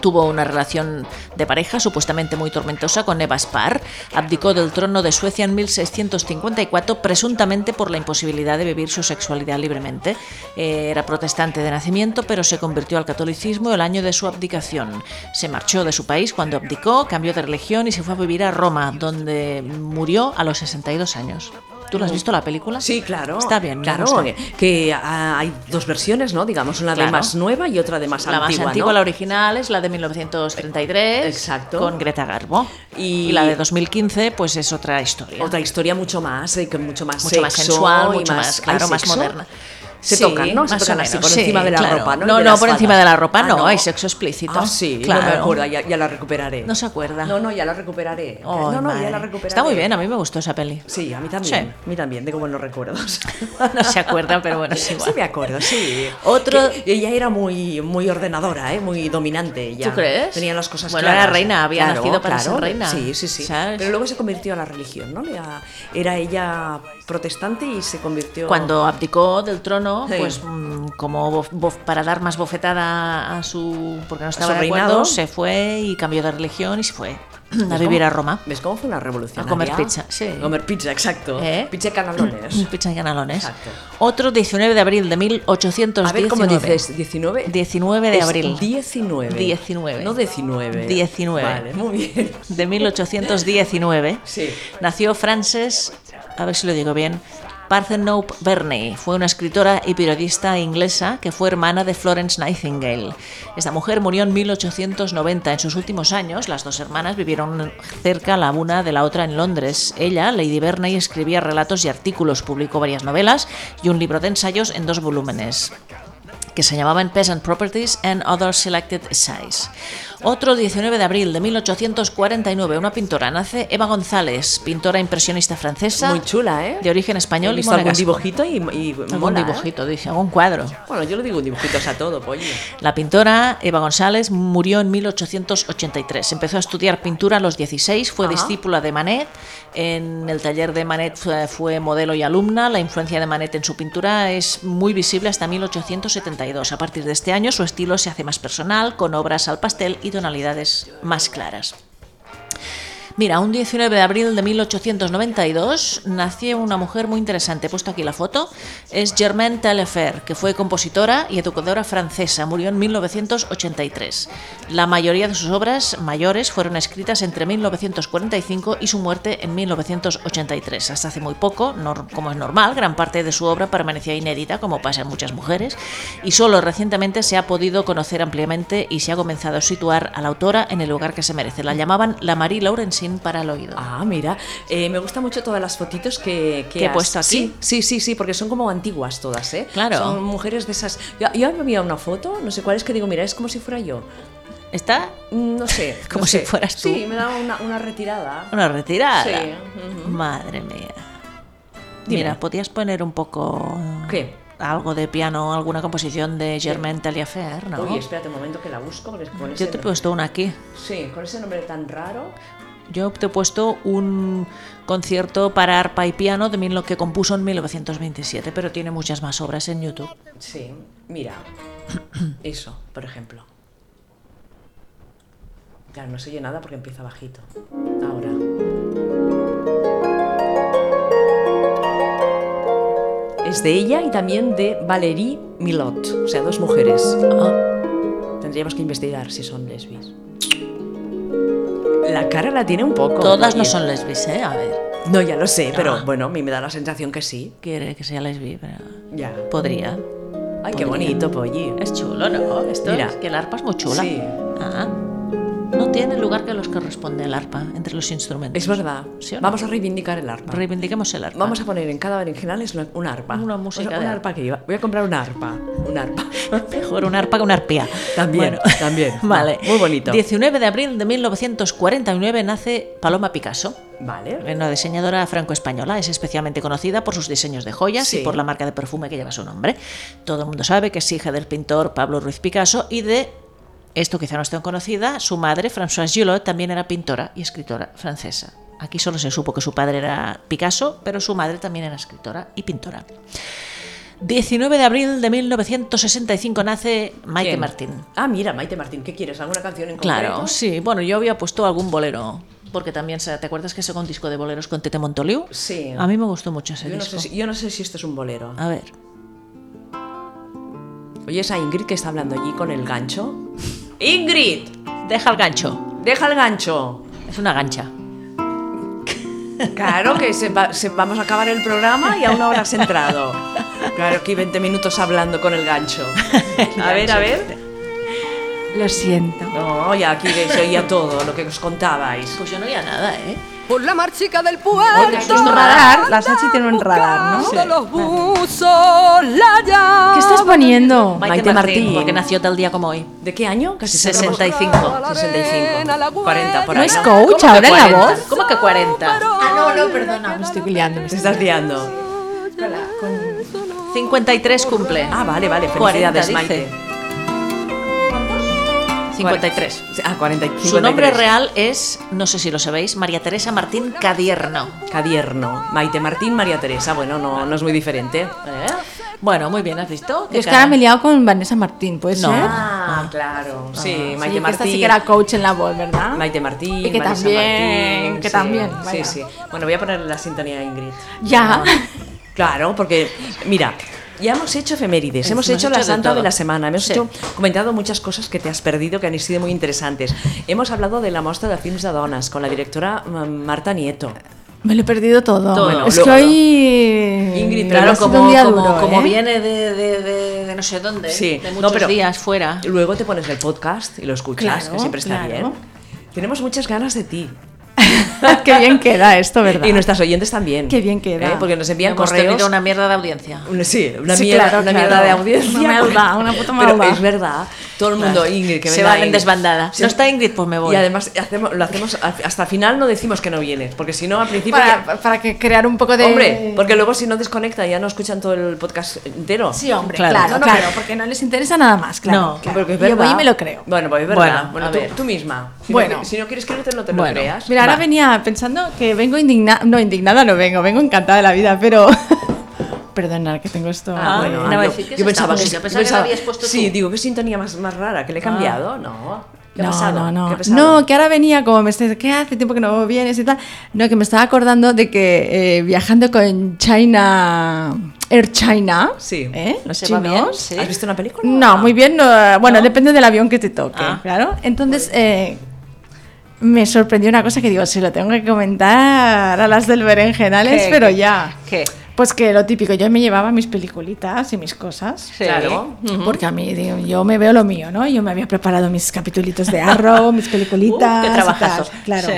Speaker 2: Tuvo una relación de pareja supuestamente muy tormentosa con Eva Spar. Abdicó del trono de Suecia en 1654, presuntamente por la imposibilidad de vivir su sexualidad libremente. Eh, Era protestante de nacimiento, pero se convirtió al catolicismo el año de su abdicación. Se marchó de su país cuando abdicó, cambió de religión y se fue a vivir a Roma, donde murió a los 62 años. ¿Tú lo has visto la película?
Speaker 1: Mm. Sí, claro.
Speaker 2: Está bien, me
Speaker 1: claro. eh,
Speaker 2: gusta.
Speaker 1: Que, que, ah, hay dos versiones, ¿no? Digamos, una
Speaker 2: Claro.
Speaker 1: de más nueva y otra de más
Speaker 2: La más
Speaker 1: antigua.
Speaker 2: antigua,
Speaker 1: ¿no?
Speaker 2: la original, es la de 1933
Speaker 1: Exacto.
Speaker 2: con Greta Garbo.
Speaker 1: Y-
Speaker 2: Y, la de 2015 pues es otra historia.
Speaker 1: Otra historia mucho más, eh, con mucho más
Speaker 2: mucho más
Speaker 1: sexo
Speaker 2: sensual,
Speaker 1: y
Speaker 2: mucho más,
Speaker 1: ¿hay
Speaker 2: claro, más
Speaker 1: sexo? Ah,
Speaker 2: moderna.
Speaker 1: Se
Speaker 2: Sí,
Speaker 1: tocan, ¿no? Se
Speaker 2: más o
Speaker 1: tocan así
Speaker 2: menos,
Speaker 1: por
Speaker 2: sí,
Speaker 1: encima de la
Speaker 2: claro.
Speaker 1: ropa, ¿no? Y
Speaker 2: No,
Speaker 1: de
Speaker 2: no,
Speaker 1: las
Speaker 2: por encima
Speaker 1: faldas.
Speaker 2: de la ropa
Speaker 1: Ah,
Speaker 2: no, hay sexo explícito.
Speaker 1: Ah, sí, no me
Speaker 2: Claro.
Speaker 1: acuerdo, ya, ya la recuperaré.
Speaker 2: No se acuerda.
Speaker 1: No, no, ya la recuperaré.
Speaker 2: Oh,
Speaker 1: no, no, ya
Speaker 2: madre.
Speaker 1: la recuperaré.
Speaker 2: Está muy bien, a mí me gustó esa peli. [laughs]
Speaker 1: Sí, a mí
Speaker 2: Sí.
Speaker 1: también. A mí también, tengo buenos recuerdos.
Speaker 2: [laughs] No se acuerda, pero bueno, es igual.
Speaker 1: Sí, me acuerdo, sí.
Speaker 2: [laughs] Otro-
Speaker 1: Que ella era muy, muy ordenadora, ¿eh? muy dominante. ya.
Speaker 2: ¿Tú crees?
Speaker 1: Tenía las cosas
Speaker 2: Bueno,
Speaker 1: claras.
Speaker 2: era reina, había
Speaker 1: Claro,
Speaker 2: nacido para
Speaker 1: claro.
Speaker 2: ser reina,
Speaker 1: Sí, sí, sí.
Speaker 2: ¿sabes?
Speaker 1: Pero luego se convirtió a la religión, ¿no? Era, era ella protestante y se convirtió.
Speaker 2: Cuando abdicó del trono,
Speaker 1: Sí.
Speaker 2: pues mm, como bof- bof- para dar más bofetada a su porque no estaba
Speaker 1: su
Speaker 2: de acuerdo,
Speaker 1: reinado.
Speaker 2: se fue y cambió de religión y se fue a vivir a Roma.
Speaker 1: ¿Ves cómo fue una revolución?
Speaker 2: A comer pizza, sí.
Speaker 1: A comer pizza, exacto.
Speaker 2: ¿Eh?
Speaker 1: Pizza
Speaker 2: [clears throat]
Speaker 1: y canalones.
Speaker 2: Pizza y canalones.
Speaker 1: Exacto.
Speaker 2: Otro 19 de abril de 1819.
Speaker 1: A ver cómo dices, 19.
Speaker 2: 19 de
Speaker 1: Es
Speaker 2: abril.
Speaker 1: 19.
Speaker 2: 19.
Speaker 1: No 19.
Speaker 2: 19.
Speaker 1: Vale, muy bien. [laughs]
Speaker 2: de 1819
Speaker 1: Sí.
Speaker 2: nació Frances, a ver si lo digo bien, Parthenope Burney. Fue una escritora y periodista inglesa que fue hermana de Florence Nightingale. Esta mujer murió en 1890. En sus últimos años, las dos hermanas vivieron cerca la una de la otra en Londres. Ella, Lady Burney, escribía relatos y artículos, publicó varias novelas y un libro de ensayos en dos volúmenes que se llamaban Peasant Properties and Other Selected Essays. Otro 19 de abril de 1849, una pintora nace Eva González, pintora impresionista francesa.
Speaker 1: Muy chula, ¿eh?
Speaker 2: De origen español
Speaker 1: He
Speaker 2: y
Speaker 1: visto algún
Speaker 2: monegasco.
Speaker 1: dibujito y, y
Speaker 2: Algún
Speaker 1: mola, ¿eh?
Speaker 2: dibujito, dije, algún cuadro.
Speaker 1: Bueno, yo le digo dibujitos a todo, pollo.
Speaker 2: La pintora Eva González murió en 1883. Empezó a estudiar pintura a los 16, fue
Speaker 1: Ajá.
Speaker 2: discípula de Manet. En el taller de Manet fue, fue modelo y alumna. La influencia de Manet en su pintura es muy visible hasta 1872. A partir de este año su estilo se hace más personal, con obras al pastel y tonalidades más claras. Mira, un 19 de abril de 1892 nació una mujer muy interesante. He puesto aquí la foto. Es Germaine Taillefer, que fue compositora y educadora francesa. Murió en 1983. La mayoría de sus obras mayores fueron escritas entre 1945 y su muerte en 1983. Hasta hace muy poco, nor- como es normal, gran parte de su obra permanecía inédita, como pasa en muchas mujeres, y solo recientemente se ha podido conocer ampliamente y se ha comenzado a situar a la autora en el lugar que se merece. La llamaban la Marie Laurencin para el oído.
Speaker 1: Ah, mira, eh, me gustan mucho todas las fotitos que,
Speaker 2: Que he
Speaker 1: has-
Speaker 2: puesto aquí.
Speaker 1: Sí, sí, sí, sí, porque son como antiguas todas, ¿eh?
Speaker 2: Claro.
Speaker 1: Son mujeres de esas. Yo, yo me había una foto, no sé cuál es, que digo, mira, es como si fuera yo.
Speaker 2: ¿Está?
Speaker 1: Mm,
Speaker 2: [laughs]
Speaker 1: No sé. no
Speaker 2: Como si
Speaker 1: sé.
Speaker 2: fueras tú.
Speaker 1: Sí, me da una, una retirada.
Speaker 2: Una retirada.
Speaker 1: Sí, ujú.
Speaker 2: Madre mía.
Speaker 1: Dime.
Speaker 2: Mira, podías poner un poco.
Speaker 1: ¿Qué?
Speaker 2: Algo de piano, alguna composición de Germaine Taillefer, ¿no?
Speaker 1: Oye, espérate un momento que la busco. Porque con ese
Speaker 2: Yo te he
Speaker 1: no-
Speaker 2: puesto una aquí.
Speaker 1: Sí, con ese nombre tan raro.
Speaker 2: Yo te he puesto un concierto para arpa y piano de mil lo que compuso en 1927, pero tiene muchas más obras en YouTube.
Speaker 1: Sí,
Speaker 2: [coughs]
Speaker 1: mira. Eso, por ejemplo. Claro, no se oye nada porque empieza bajito. Ahora. Es de ella y también de Valérie Milot, o sea, dos mujeres. Ah, Tendríamos que investigar si son lesbis. La cara la tiene un poco.
Speaker 2: Ah, Todas no
Speaker 1: también.
Speaker 2: son lesbis, ¿eh? A ver,
Speaker 1: No, ya lo sé, pero
Speaker 2: Ah.
Speaker 1: bueno, a mí me da la sensación que sí.
Speaker 2: quiere que sea lesbi, pero
Speaker 1: Ya.
Speaker 2: podría.
Speaker 1: Ay, qué bonito, Polly.
Speaker 2: Es chulo, ¿no? Esto
Speaker 1: Mira.
Speaker 2: es que el arpa es muy chula.
Speaker 1: Sí.
Speaker 2: Ah. no tiene el lugar que los que responde el arpa entre los instrumentos.
Speaker 1: Es verdad.
Speaker 2: ¿Sí o no?
Speaker 1: Vamos a reivindicar el arpa.
Speaker 2: Reivindiquemos el arpa.
Speaker 1: Vamos a poner en cada berenjenal es una, una arpa.
Speaker 2: Una música
Speaker 1: Una,
Speaker 2: de
Speaker 1: una
Speaker 2: arpa.
Speaker 1: arpa que iba. Voy a comprar una arpa. Una arpa.
Speaker 2: [laughs] Mejor un arpa que una arpía.
Speaker 1: También, también.
Speaker 2: [laughs] Vale.
Speaker 1: Va, muy bonito.
Speaker 2: 19 de abril de 1949 nace Paloma Picasso.
Speaker 1: Vale.
Speaker 2: Una diseñadora franco-española es especialmente conocida por sus diseños de joyas
Speaker 1: Sí.
Speaker 2: y por la marca de perfume que lleva su nombre. Todo el mundo sabe que es hija del pintor Pablo Ruiz Picasso y de, esto quizá no es tan conocida, su madre, Françoise Gillot, también era pintora y escritora francesa. Aquí solo se supo que su padre era Picasso, pero su madre también era escritora y pintora. 19 de abril de 1965 nace Maite
Speaker 1: ¿Quién?
Speaker 2: Martín.
Speaker 1: Ah, mira, Maite Martín, ¿qué quieres? ¿Alguna canción en concreto?
Speaker 2: Claro, sí. Bueno, yo había puesto algún bolero. Porque también, se- ¿te acuerdas que sacó un disco de boleros con Tete Montoliu?
Speaker 1: Sí.
Speaker 2: A mí me Ah. gustó mucho ese
Speaker 1: Yo no,
Speaker 2: disco.
Speaker 1: sé si, yo no sé si esto es un bolero.
Speaker 2: A ver.
Speaker 1: ¿Oyes a Ingrid que está hablando allí con el gancho? ¡Ingrid!
Speaker 2: Deja el gancho.
Speaker 1: ¡Deja el gancho!
Speaker 2: Es una gancha.
Speaker 1: Claro que se va- se- vamos a acabar el programa y aún ahora has entrado. Claro, aquí 20 minutos hablando con
Speaker 2: [laughs]
Speaker 1: el gancho. A ver, a ver.
Speaker 3: Lo siento.
Speaker 1: No, ya aquí se oía todo lo que os contabais.
Speaker 2: Pues yo no oía nada, ¿eh?
Speaker 6: Por la marchica del
Speaker 1: Oye,
Speaker 6: puerto.
Speaker 1: esto es un
Speaker 6: radar,
Speaker 7: la Sachi tiene un radar, ¿no?
Speaker 6: los buzos, la llave.
Speaker 7: ¿Qué estás poniendo?
Speaker 1: Maite Martín.
Speaker 2: Porque nació tal día como hoy.
Speaker 1: ¿De qué año? Casi Ah,
Speaker 2: 65.
Speaker 1: 65. 40 por
Speaker 7: ¿No
Speaker 1: ahí.
Speaker 7: es
Speaker 1: ¿no?
Speaker 7: coach ahora en la voz?
Speaker 2: ¿Cómo que 40?
Speaker 7: Ah, no, no, perdona, me estoy liando. me
Speaker 1: Te
Speaker 7: estoy-
Speaker 1: estás liando.
Speaker 2: 53 cumple.
Speaker 1: Ah, vale, vale.
Speaker 2: 40,
Speaker 1: Felicidades, Maite.
Speaker 2: dice. 53.
Speaker 1: Ah, 45.
Speaker 2: Su nombre real es, no sé si lo sabéis, María Teresa Martín Cadierno.
Speaker 1: Cadierno. Maite Martín, María Teresa. Bueno, no, no es muy diferente.
Speaker 2: ¿Eh? Bueno, muy bien, ¿has visto?
Speaker 7: Yo es que ahora me he liado con Vanessa Martín, ¿puede
Speaker 2: No.
Speaker 7: ser?
Speaker 1: Ah, claro. Sí,
Speaker 7: Ah, Sí,
Speaker 1: Maite
Speaker 7: que
Speaker 1: Martín.
Speaker 7: esta sí que era coach en la voz, ¿verdad?
Speaker 1: Maite Martín,
Speaker 7: Ah, Y que
Speaker 1: Vanessa
Speaker 7: también,
Speaker 1: Martín,
Speaker 7: que
Speaker 1: sí,
Speaker 7: también,
Speaker 1: Sí,
Speaker 7: vaya.
Speaker 1: sí. Bueno, voy a ponerle la sintonía a Ingrid. Ah,
Speaker 7: Ya.
Speaker 1: Claro, porque mira, ya hemos hecho efemérides,
Speaker 2: Eh,
Speaker 1: hemos
Speaker 2: hemos
Speaker 1: hecho la
Speaker 2: hecho de
Speaker 1: santa de,
Speaker 2: todo.
Speaker 1: la semana, hemos
Speaker 2: Sí.
Speaker 1: hecho, comentado muchas cosas que te has perdido que han sido muy interesantes. Hemos hablado de la mostra de films de dones con la directora mm, Marta Nieto.
Speaker 7: Me lo he perdido todo.
Speaker 2: Todo,
Speaker 7: es
Speaker 1: luego,
Speaker 7: que hoy.
Speaker 1: Ingrid,
Speaker 7: me
Speaker 1: pero
Speaker 7: ha
Speaker 1: no
Speaker 7: sido
Speaker 2: como,
Speaker 7: un día
Speaker 2: como-
Speaker 7: duro,
Speaker 2: como
Speaker 7: ¿eh?
Speaker 2: viene de, de- de- de no sé dónde,
Speaker 1: Sí,
Speaker 2: de
Speaker 1: no,
Speaker 2: muchos
Speaker 1: pero-
Speaker 2: días fuera.
Speaker 1: Luego te pones el podcast y lo escuchas,
Speaker 7: Claro,
Speaker 1: que siempre está
Speaker 7: claro.
Speaker 1: bien. Tenemos muchas ganas de ti.
Speaker 7: [laughs] [laughs] Qué bien queda esto, ¿verdad?
Speaker 1: Y nuestras oyentes también.
Speaker 7: Qué bien queda.
Speaker 1: ¿eh? Porque nos envían
Speaker 2: Hemos
Speaker 1: correos.
Speaker 2: tenido una mierda de audiencia.
Speaker 1: Una- Sí, una,
Speaker 7: Sí,
Speaker 1: mierda,
Speaker 7: claro,
Speaker 1: una
Speaker 7: claro.
Speaker 1: mierda de audiencia. pues.
Speaker 7: Una mierda, una puta
Speaker 1: Pero
Speaker 7: mierda.
Speaker 1: es verdad, todo el mundo, Ingrid, que
Speaker 2: Se
Speaker 1: venga
Speaker 2: van en
Speaker 1: Ingrid.
Speaker 2: desbandada.
Speaker 1: Sí.
Speaker 2: No está Ingrid, pues me voy.
Speaker 1: Y además hacemos, lo hacemos hasta el final, no decimos que no vienes, porque si no, al principio.
Speaker 7: para, para que crear un poco de.
Speaker 1: Hombre, porque luego si no desconecta ya no escuchan todo el podcast entero.
Speaker 7: Sí, hombre,
Speaker 2: Claro.
Speaker 7: claro, claro,
Speaker 2: No, no,
Speaker 7: porque no les interesa nada más, claro.
Speaker 2: No,
Speaker 7: claro.
Speaker 1: Porque es
Speaker 7: Yo
Speaker 1: verdad.
Speaker 7: voy y me lo creo.
Speaker 1: Bueno, pues es verdad.
Speaker 2: Bueno,
Speaker 1: Bueno,
Speaker 2: a
Speaker 1: tú,
Speaker 2: ver.
Speaker 1: tú misma. Si
Speaker 7: Bueno.
Speaker 1: No, si no quieres creerte, no te
Speaker 2: Bueno.
Speaker 1: lo creas.
Speaker 7: Mira, ahora venía pensando que vengo indignada. No, indignada no vengo, vengo encantada de la vida, pero. [laughs] Perdonad que tengo esto.
Speaker 1: Ah,
Speaker 2: Ah,
Speaker 1: bueno,
Speaker 2: no,
Speaker 1: ah,
Speaker 2: iba a
Speaker 1: yo-
Speaker 2: decir que es
Speaker 1: yo pensaba
Speaker 2: esta
Speaker 1: que,
Speaker 2: música,
Speaker 1: yo
Speaker 2: pensaba que la habías puesto
Speaker 1: Sí,
Speaker 2: tú.
Speaker 1: digo, qué sintonía más, más rara, que le he cambiado. No. ¿Qué ha pasado?
Speaker 7: Ah. no, no.
Speaker 1: ¿Qué ha pasado?
Speaker 7: no, que ahora venía como me estoy, ¿qué hace tiempo que no vienes y tal? No, que me estaba acordando de que eh, viajando con China, Air China,
Speaker 1: Sí.
Speaker 7: ¿eh? los
Speaker 2: ¿Se va bien?
Speaker 7: chinos.
Speaker 2: Sí.
Speaker 1: ¿Has visto una película?
Speaker 7: No, muy bien, no, bueno, depende del avión que te toque,
Speaker 2: Ah.
Speaker 7: claro. Entonces, eh, me sorprendió una cosa que digo, se lo tengo que comentar a las del berenjenales,
Speaker 2: ¿Qué?
Speaker 7: pero ya.
Speaker 2: ¿Qué?
Speaker 7: Pues que lo típico, yo me llevaba mis peliculitas y mis cosas.
Speaker 2: Sí.
Speaker 1: Claro.
Speaker 7: Porque a mí, digo, yo me veo lo mío, ¿no? Yo me había preparado mis capitulitos
Speaker 2: [laughs]
Speaker 7: de Arrow, mis peliculitas.
Speaker 2: Uh, qué
Speaker 7: y
Speaker 2: trabajazo.
Speaker 7: tal, claro.
Speaker 2: Sí.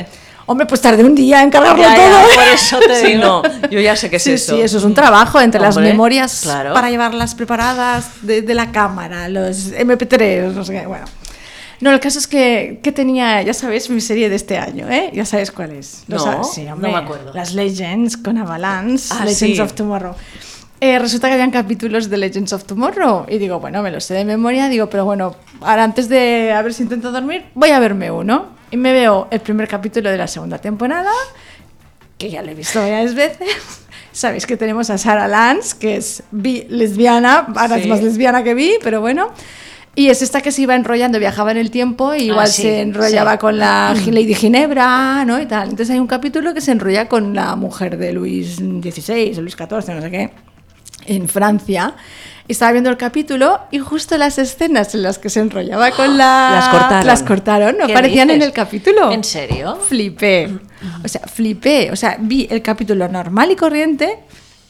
Speaker 7: Hombre, pues tardé un día en cargarlo
Speaker 2: Ya,
Speaker 7: todo.
Speaker 2: ya, por eso
Speaker 7: [laughs]
Speaker 2: te
Speaker 1: Sí,
Speaker 2: digo.
Speaker 1: no, yo ya sé qué es
Speaker 7: Sí,
Speaker 1: eso.
Speaker 7: sí, eso es un trabajo entre las
Speaker 2: Hombre,
Speaker 7: memorias
Speaker 2: claro.
Speaker 7: para llevarlas preparadas de, de la cámara, los MP3, no sé qué, bueno. No, el caso es que, que tenía, ya sabéis, mi serie de este año, ¿eh? Ya sabéis cuál es. Lo
Speaker 1: No,
Speaker 7: sabes, sí,
Speaker 2: no
Speaker 7: hombre.
Speaker 2: me acuerdo.
Speaker 7: Las Legends con Avalanche,
Speaker 1: Ah,
Speaker 7: Legends
Speaker 1: sí.
Speaker 7: of Tomorrow. Eh, resulta que habían capítulos de Legends of Tomorrow y digo, bueno, me lo sé de memoria, digo, pero bueno, ahora antes de a ver si intento dormir, voy a verme uno. Y me veo el primer capítulo de la segunda temporada, que ya lo he visto varias veces. [laughs] Sabéis que tenemos a Sarah Lance, que es bi- lesbiana, ahora es
Speaker 1: Sí.
Speaker 7: más lesbiana que bi, pero bueno. Y es esta que se iba enrollando, viajaba en el tiempo, y igual
Speaker 2: Ah, sí,
Speaker 7: se enrollaba
Speaker 2: sí. [clears throat]
Speaker 7: con la Gi- Lady Ginebra, ¿no? Y tal. Entonces hay un capítulo que se enrolla con la mujer de Luis XVI o Luis XIV, no sé qué, en Francia. Y estaba viendo el capítulo y justo las escenas en las que se
Speaker 2: [gasps]
Speaker 7: enrollaba con la...
Speaker 1: Las cortaron.
Speaker 7: Las cortaron, no
Speaker 2: ¿Qué
Speaker 7: aparecían en
Speaker 2: dices?
Speaker 7: el capítulo.
Speaker 2: ¿En serio?
Speaker 7: Flipé. O sea, flipé. O sea, vi el capítulo normal y corriente.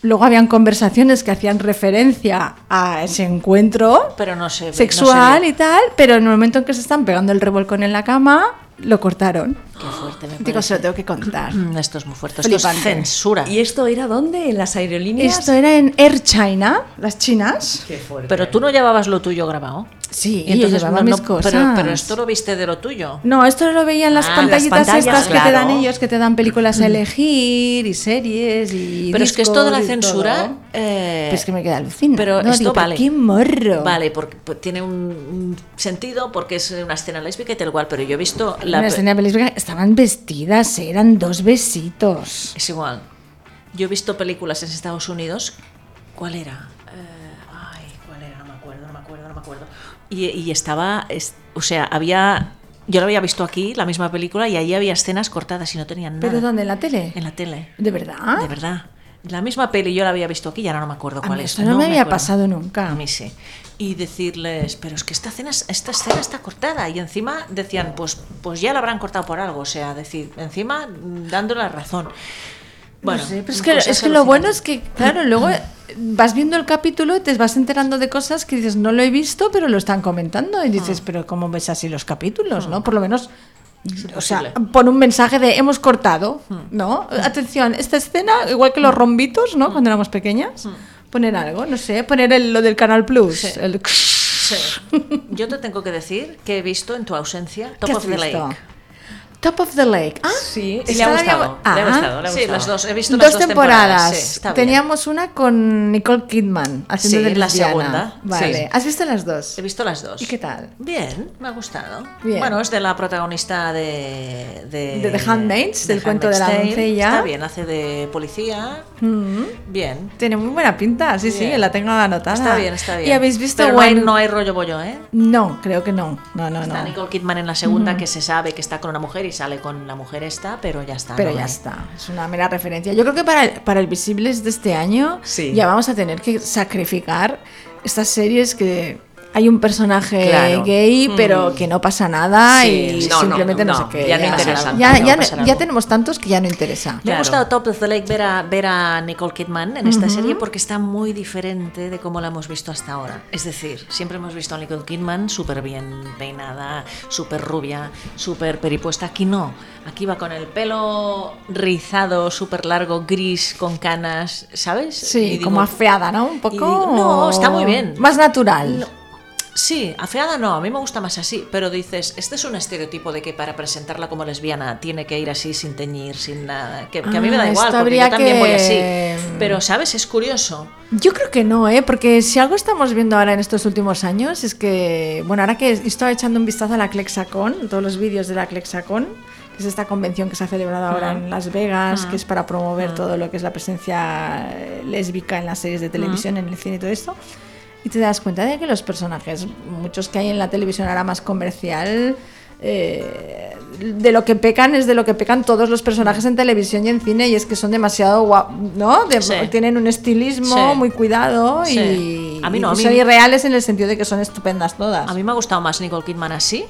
Speaker 7: Luego habían conversaciones que hacían referencia a ese encuentro
Speaker 2: Pero no se ve, no se
Speaker 7: sexual
Speaker 2: ve.
Speaker 7: y tal, pero en el momento en que se están pegando el revolcón en la cama, lo cortaron.
Speaker 2: Qué fuerte me
Speaker 7: Digo,
Speaker 2: parece.
Speaker 7: se lo tengo que contar.
Speaker 2: Mm, Esto es muy fuerte. Esto es
Speaker 7: Flipante.
Speaker 2: censura.
Speaker 1: ¿Y esto era dónde? ¿En las aerolíneas?
Speaker 7: Esto era en Air China, las chinas.
Speaker 1: Qué fuerte.
Speaker 2: Pero tú no llevabas lo tuyo grabado.
Speaker 7: Sí,
Speaker 2: Y
Speaker 7: yo llevaba mis
Speaker 2: pero- Pero,
Speaker 7: cosas.
Speaker 2: esto lo viste de lo tuyo.
Speaker 7: No, esto lo veía en las
Speaker 2: Ah,
Speaker 7: pantallitas
Speaker 1: las pantallas,
Speaker 7: estas que te dan
Speaker 1: claro.
Speaker 7: ellos, que te dan películas a elegir y series y
Speaker 2: Mm. Pero es que esto de la
Speaker 7: discos y
Speaker 2: censura.
Speaker 7: todo.
Speaker 2: eh,
Speaker 7: Pues que me queda alucinada.
Speaker 2: Pero
Speaker 7: No,
Speaker 2: esto
Speaker 7: digo, pero
Speaker 2: vale.
Speaker 7: qué morro.
Speaker 2: Vale, porque pues, tiene un, un sentido, porque es una escena lésbica y tal cual. Pero yo he visto. La,
Speaker 7: En la escena película estaban vestidas, eran dos besitos.
Speaker 2: Es igual. Yo he visto películas en Estados Unidos. ¿Cuál era? Eh, ay, ¿cuál era? No me acuerdo, no me acuerdo, no me acuerdo. Y, y estaba. es- o sea, había. Yo la había visto aquí, la misma película, y ahí había escenas cortadas y no tenían nada.
Speaker 7: ¿Pero dónde? ¿En la tele?
Speaker 2: En la tele.
Speaker 7: ¿De verdad?
Speaker 2: De verdad. La misma peli yo la había visto aquí y ahora no me acuerdo
Speaker 7: A mí
Speaker 2: cuál es.
Speaker 7: esto no me había
Speaker 2: acuerdo.
Speaker 7: pasado nunca.
Speaker 2: A mí sí. Y decirles, pero es que esta escena, esta escena está cortada. Y encima decían, pues, pues ya la habrán cortado por algo. O sea, decir, encima mm, dándole la razón. Bueno, mm, pues
Speaker 7: No sé, pero es que,
Speaker 2: cosas
Speaker 7: es que lo bueno es
Speaker 2: alucinantes.
Speaker 7: que, claro, luego eh, vas viendo el capítulo y te vas enterando de cosas que dices, no lo he visto, pero lo están comentando. Y dices,
Speaker 2: Ah.
Speaker 7: pero ¿cómo ves así los capítulos? ¿No? Por lo menos. O sea,
Speaker 2: imposible. Hmm.
Speaker 7: pon un mensaje de hemos cortado, ¿no? Atención, esta escena, igual que los rombitos,
Speaker 2: Hmm.
Speaker 7: ¿no? Cuando éramos pequeñas, poner algo, no sé, poner el- lo del Canal Plus.
Speaker 2: Sí.
Speaker 7: el- [laughs]
Speaker 2: Sí. Yo te tengo que decir que he visto en tu ausencia Top
Speaker 7: ¿Qué has
Speaker 2: of the
Speaker 7: visto?
Speaker 2: Lake.
Speaker 7: Top of the Lake. Ah,
Speaker 1: Sí, le
Speaker 7: esta
Speaker 1: ha
Speaker 7: la había-
Speaker 1: gustado. Le ha
Speaker 7: Ah.
Speaker 1: gustado, le ha
Speaker 2: Sí,
Speaker 1: gustado.
Speaker 2: las dos. He visto
Speaker 7: Dos,
Speaker 2: las dos
Speaker 7: temporadas.
Speaker 2: sí, está bien.
Speaker 7: Teníamos una con Nicole Kidman haciendo
Speaker 2: Sí,
Speaker 7: de
Speaker 2: la
Speaker 7: lesbiana.
Speaker 2: segunda.
Speaker 7: Vale.
Speaker 1: Sí.
Speaker 7: ¿Has visto las dos?
Speaker 2: He visto las dos.
Speaker 7: ¿Y qué tal?
Speaker 2: Bien, me ha gustado.
Speaker 7: Bien.
Speaker 2: Bueno, es de la protagonista de... De,
Speaker 7: De The Handmaid's, del
Speaker 2: The
Speaker 7: cuento de la
Speaker 2: Handmaid's Tale.
Speaker 7: doncella. Mm-hmm.
Speaker 2: Está bien, hace de policía. Bien.
Speaker 7: Tiene muy buena pinta, sí, sí,
Speaker 2: Bien.
Speaker 7: la tengo anotada.
Speaker 2: Está bien, está bien.
Speaker 7: ¿Y habéis visto
Speaker 2: Pero no hay,
Speaker 7: When-
Speaker 2: no hay rollo bollo, ¿eh?
Speaker 7: No, creo que no. No, no, Mm-hmm.
Speaker 2: Está
Speaker 7: no.
Speaker 2: Nicole Kidman en la segunda, que se sabe que está con una mujer y sale con la mujer esta, pero ya está.
Speaker 7: Pero
Speaker 2: no
Speaker 7: ya
Speaker 2: hay.
Speaker 7: está, es una mera referencia. Yo creo que para el, para el Visibles de este año
Speaker 1: Sí.
Speaker 7: ya vamos a tener que sacrificar estas series que hay un personaje
Speaker 1: Claro.
Speaker 7: gay,
Speaker 2: Mm.
Speaker 7: pero que no pasa nada
Speaker 1: Sí, no,
Speaker 7: y
Speaker 1: no,
Speaker 7: simplemente
Speaker 1: no,
Speaker 7: no, sé qué.
Speaker 1: ya no interesa.
Speaker 7: Ya,
Speaker 2: No
Speaker 7: ya-
Speaker 2: pasa nada.
Speaker 7: ya tenemos tantos que ya no interesa.
Speaker 2: Me ha
Speaker 1: Claro.
Speaker 2: gustado Top of the Lake ver a, ver a Nicole Kidman en esta serie porque está muy diferente de cómo la hemos visto hasta ahora. Es decir, siempre hemos visto a Nicole Kidman súper bien peinada, súper rubia, súper peripuesta. Aquí no. Aquí va con el pelo rizado, súper largo, gris, con canas, ¿sabes?
Speaker 7: Sí,
Speaker 2: Y digo-
Speaker 7: como afeada, ¿no? Un poco.
Speaker 2: y digo, no, está muy bien.
Speaker 7: Más natural.
Speaker 2: No. Sí, afeada no, a mí me gusta más así, pero dices, este es un estereotipo de que para presentarla como lesbiana tiene que ir así sin teñir, sin nada, que, que a mí me
Speaker 7: Ah,
Speaker 2: da igual,
Speaker 7: esto
Speaker 2: porque yo
Speaker 7: habría
Speaker 2: también voy así.
Speaker 7: que- mm.
Speaker 2: Pero, ¿sabes? Es curioso.
Speaker 7: Yo creo que no, ¿eh? Porque si algo estamos viendo ahora en estos últimos años es que, bueno, ahora que estoy echando un vistazo a la Clexacon, todos los vídeos de la Clexacon, que es esta convención que se ha celebrado ahora en Las Vegas, que es para promover todo lo que es la presencia eh, lésbica en las series de televisión, en el cine y todo esto. Y te das cuenta de que los personajes, muchos que hay en la televisión ahora más comercial, eh, de lo que pecan es de lo que pecan todos los personajes en televisión y en cine y es que son demasiado guapos, ¿no? De-
Speaker 2: Sí.
Speaker 7: Tienen un estilismo
Speaker 2: Sí.
Speaker 7: muy cuidado
Speaker 2: Sí.
Speaker 7: y,
Speaker 2: A mí no,
Speaker 7: y
Speaker 2: a mí-
Speaker 7: son irreales en el sentido de que son estupendas todas.
Speaker 2: A mí me ha gustado más Nicole Kidman así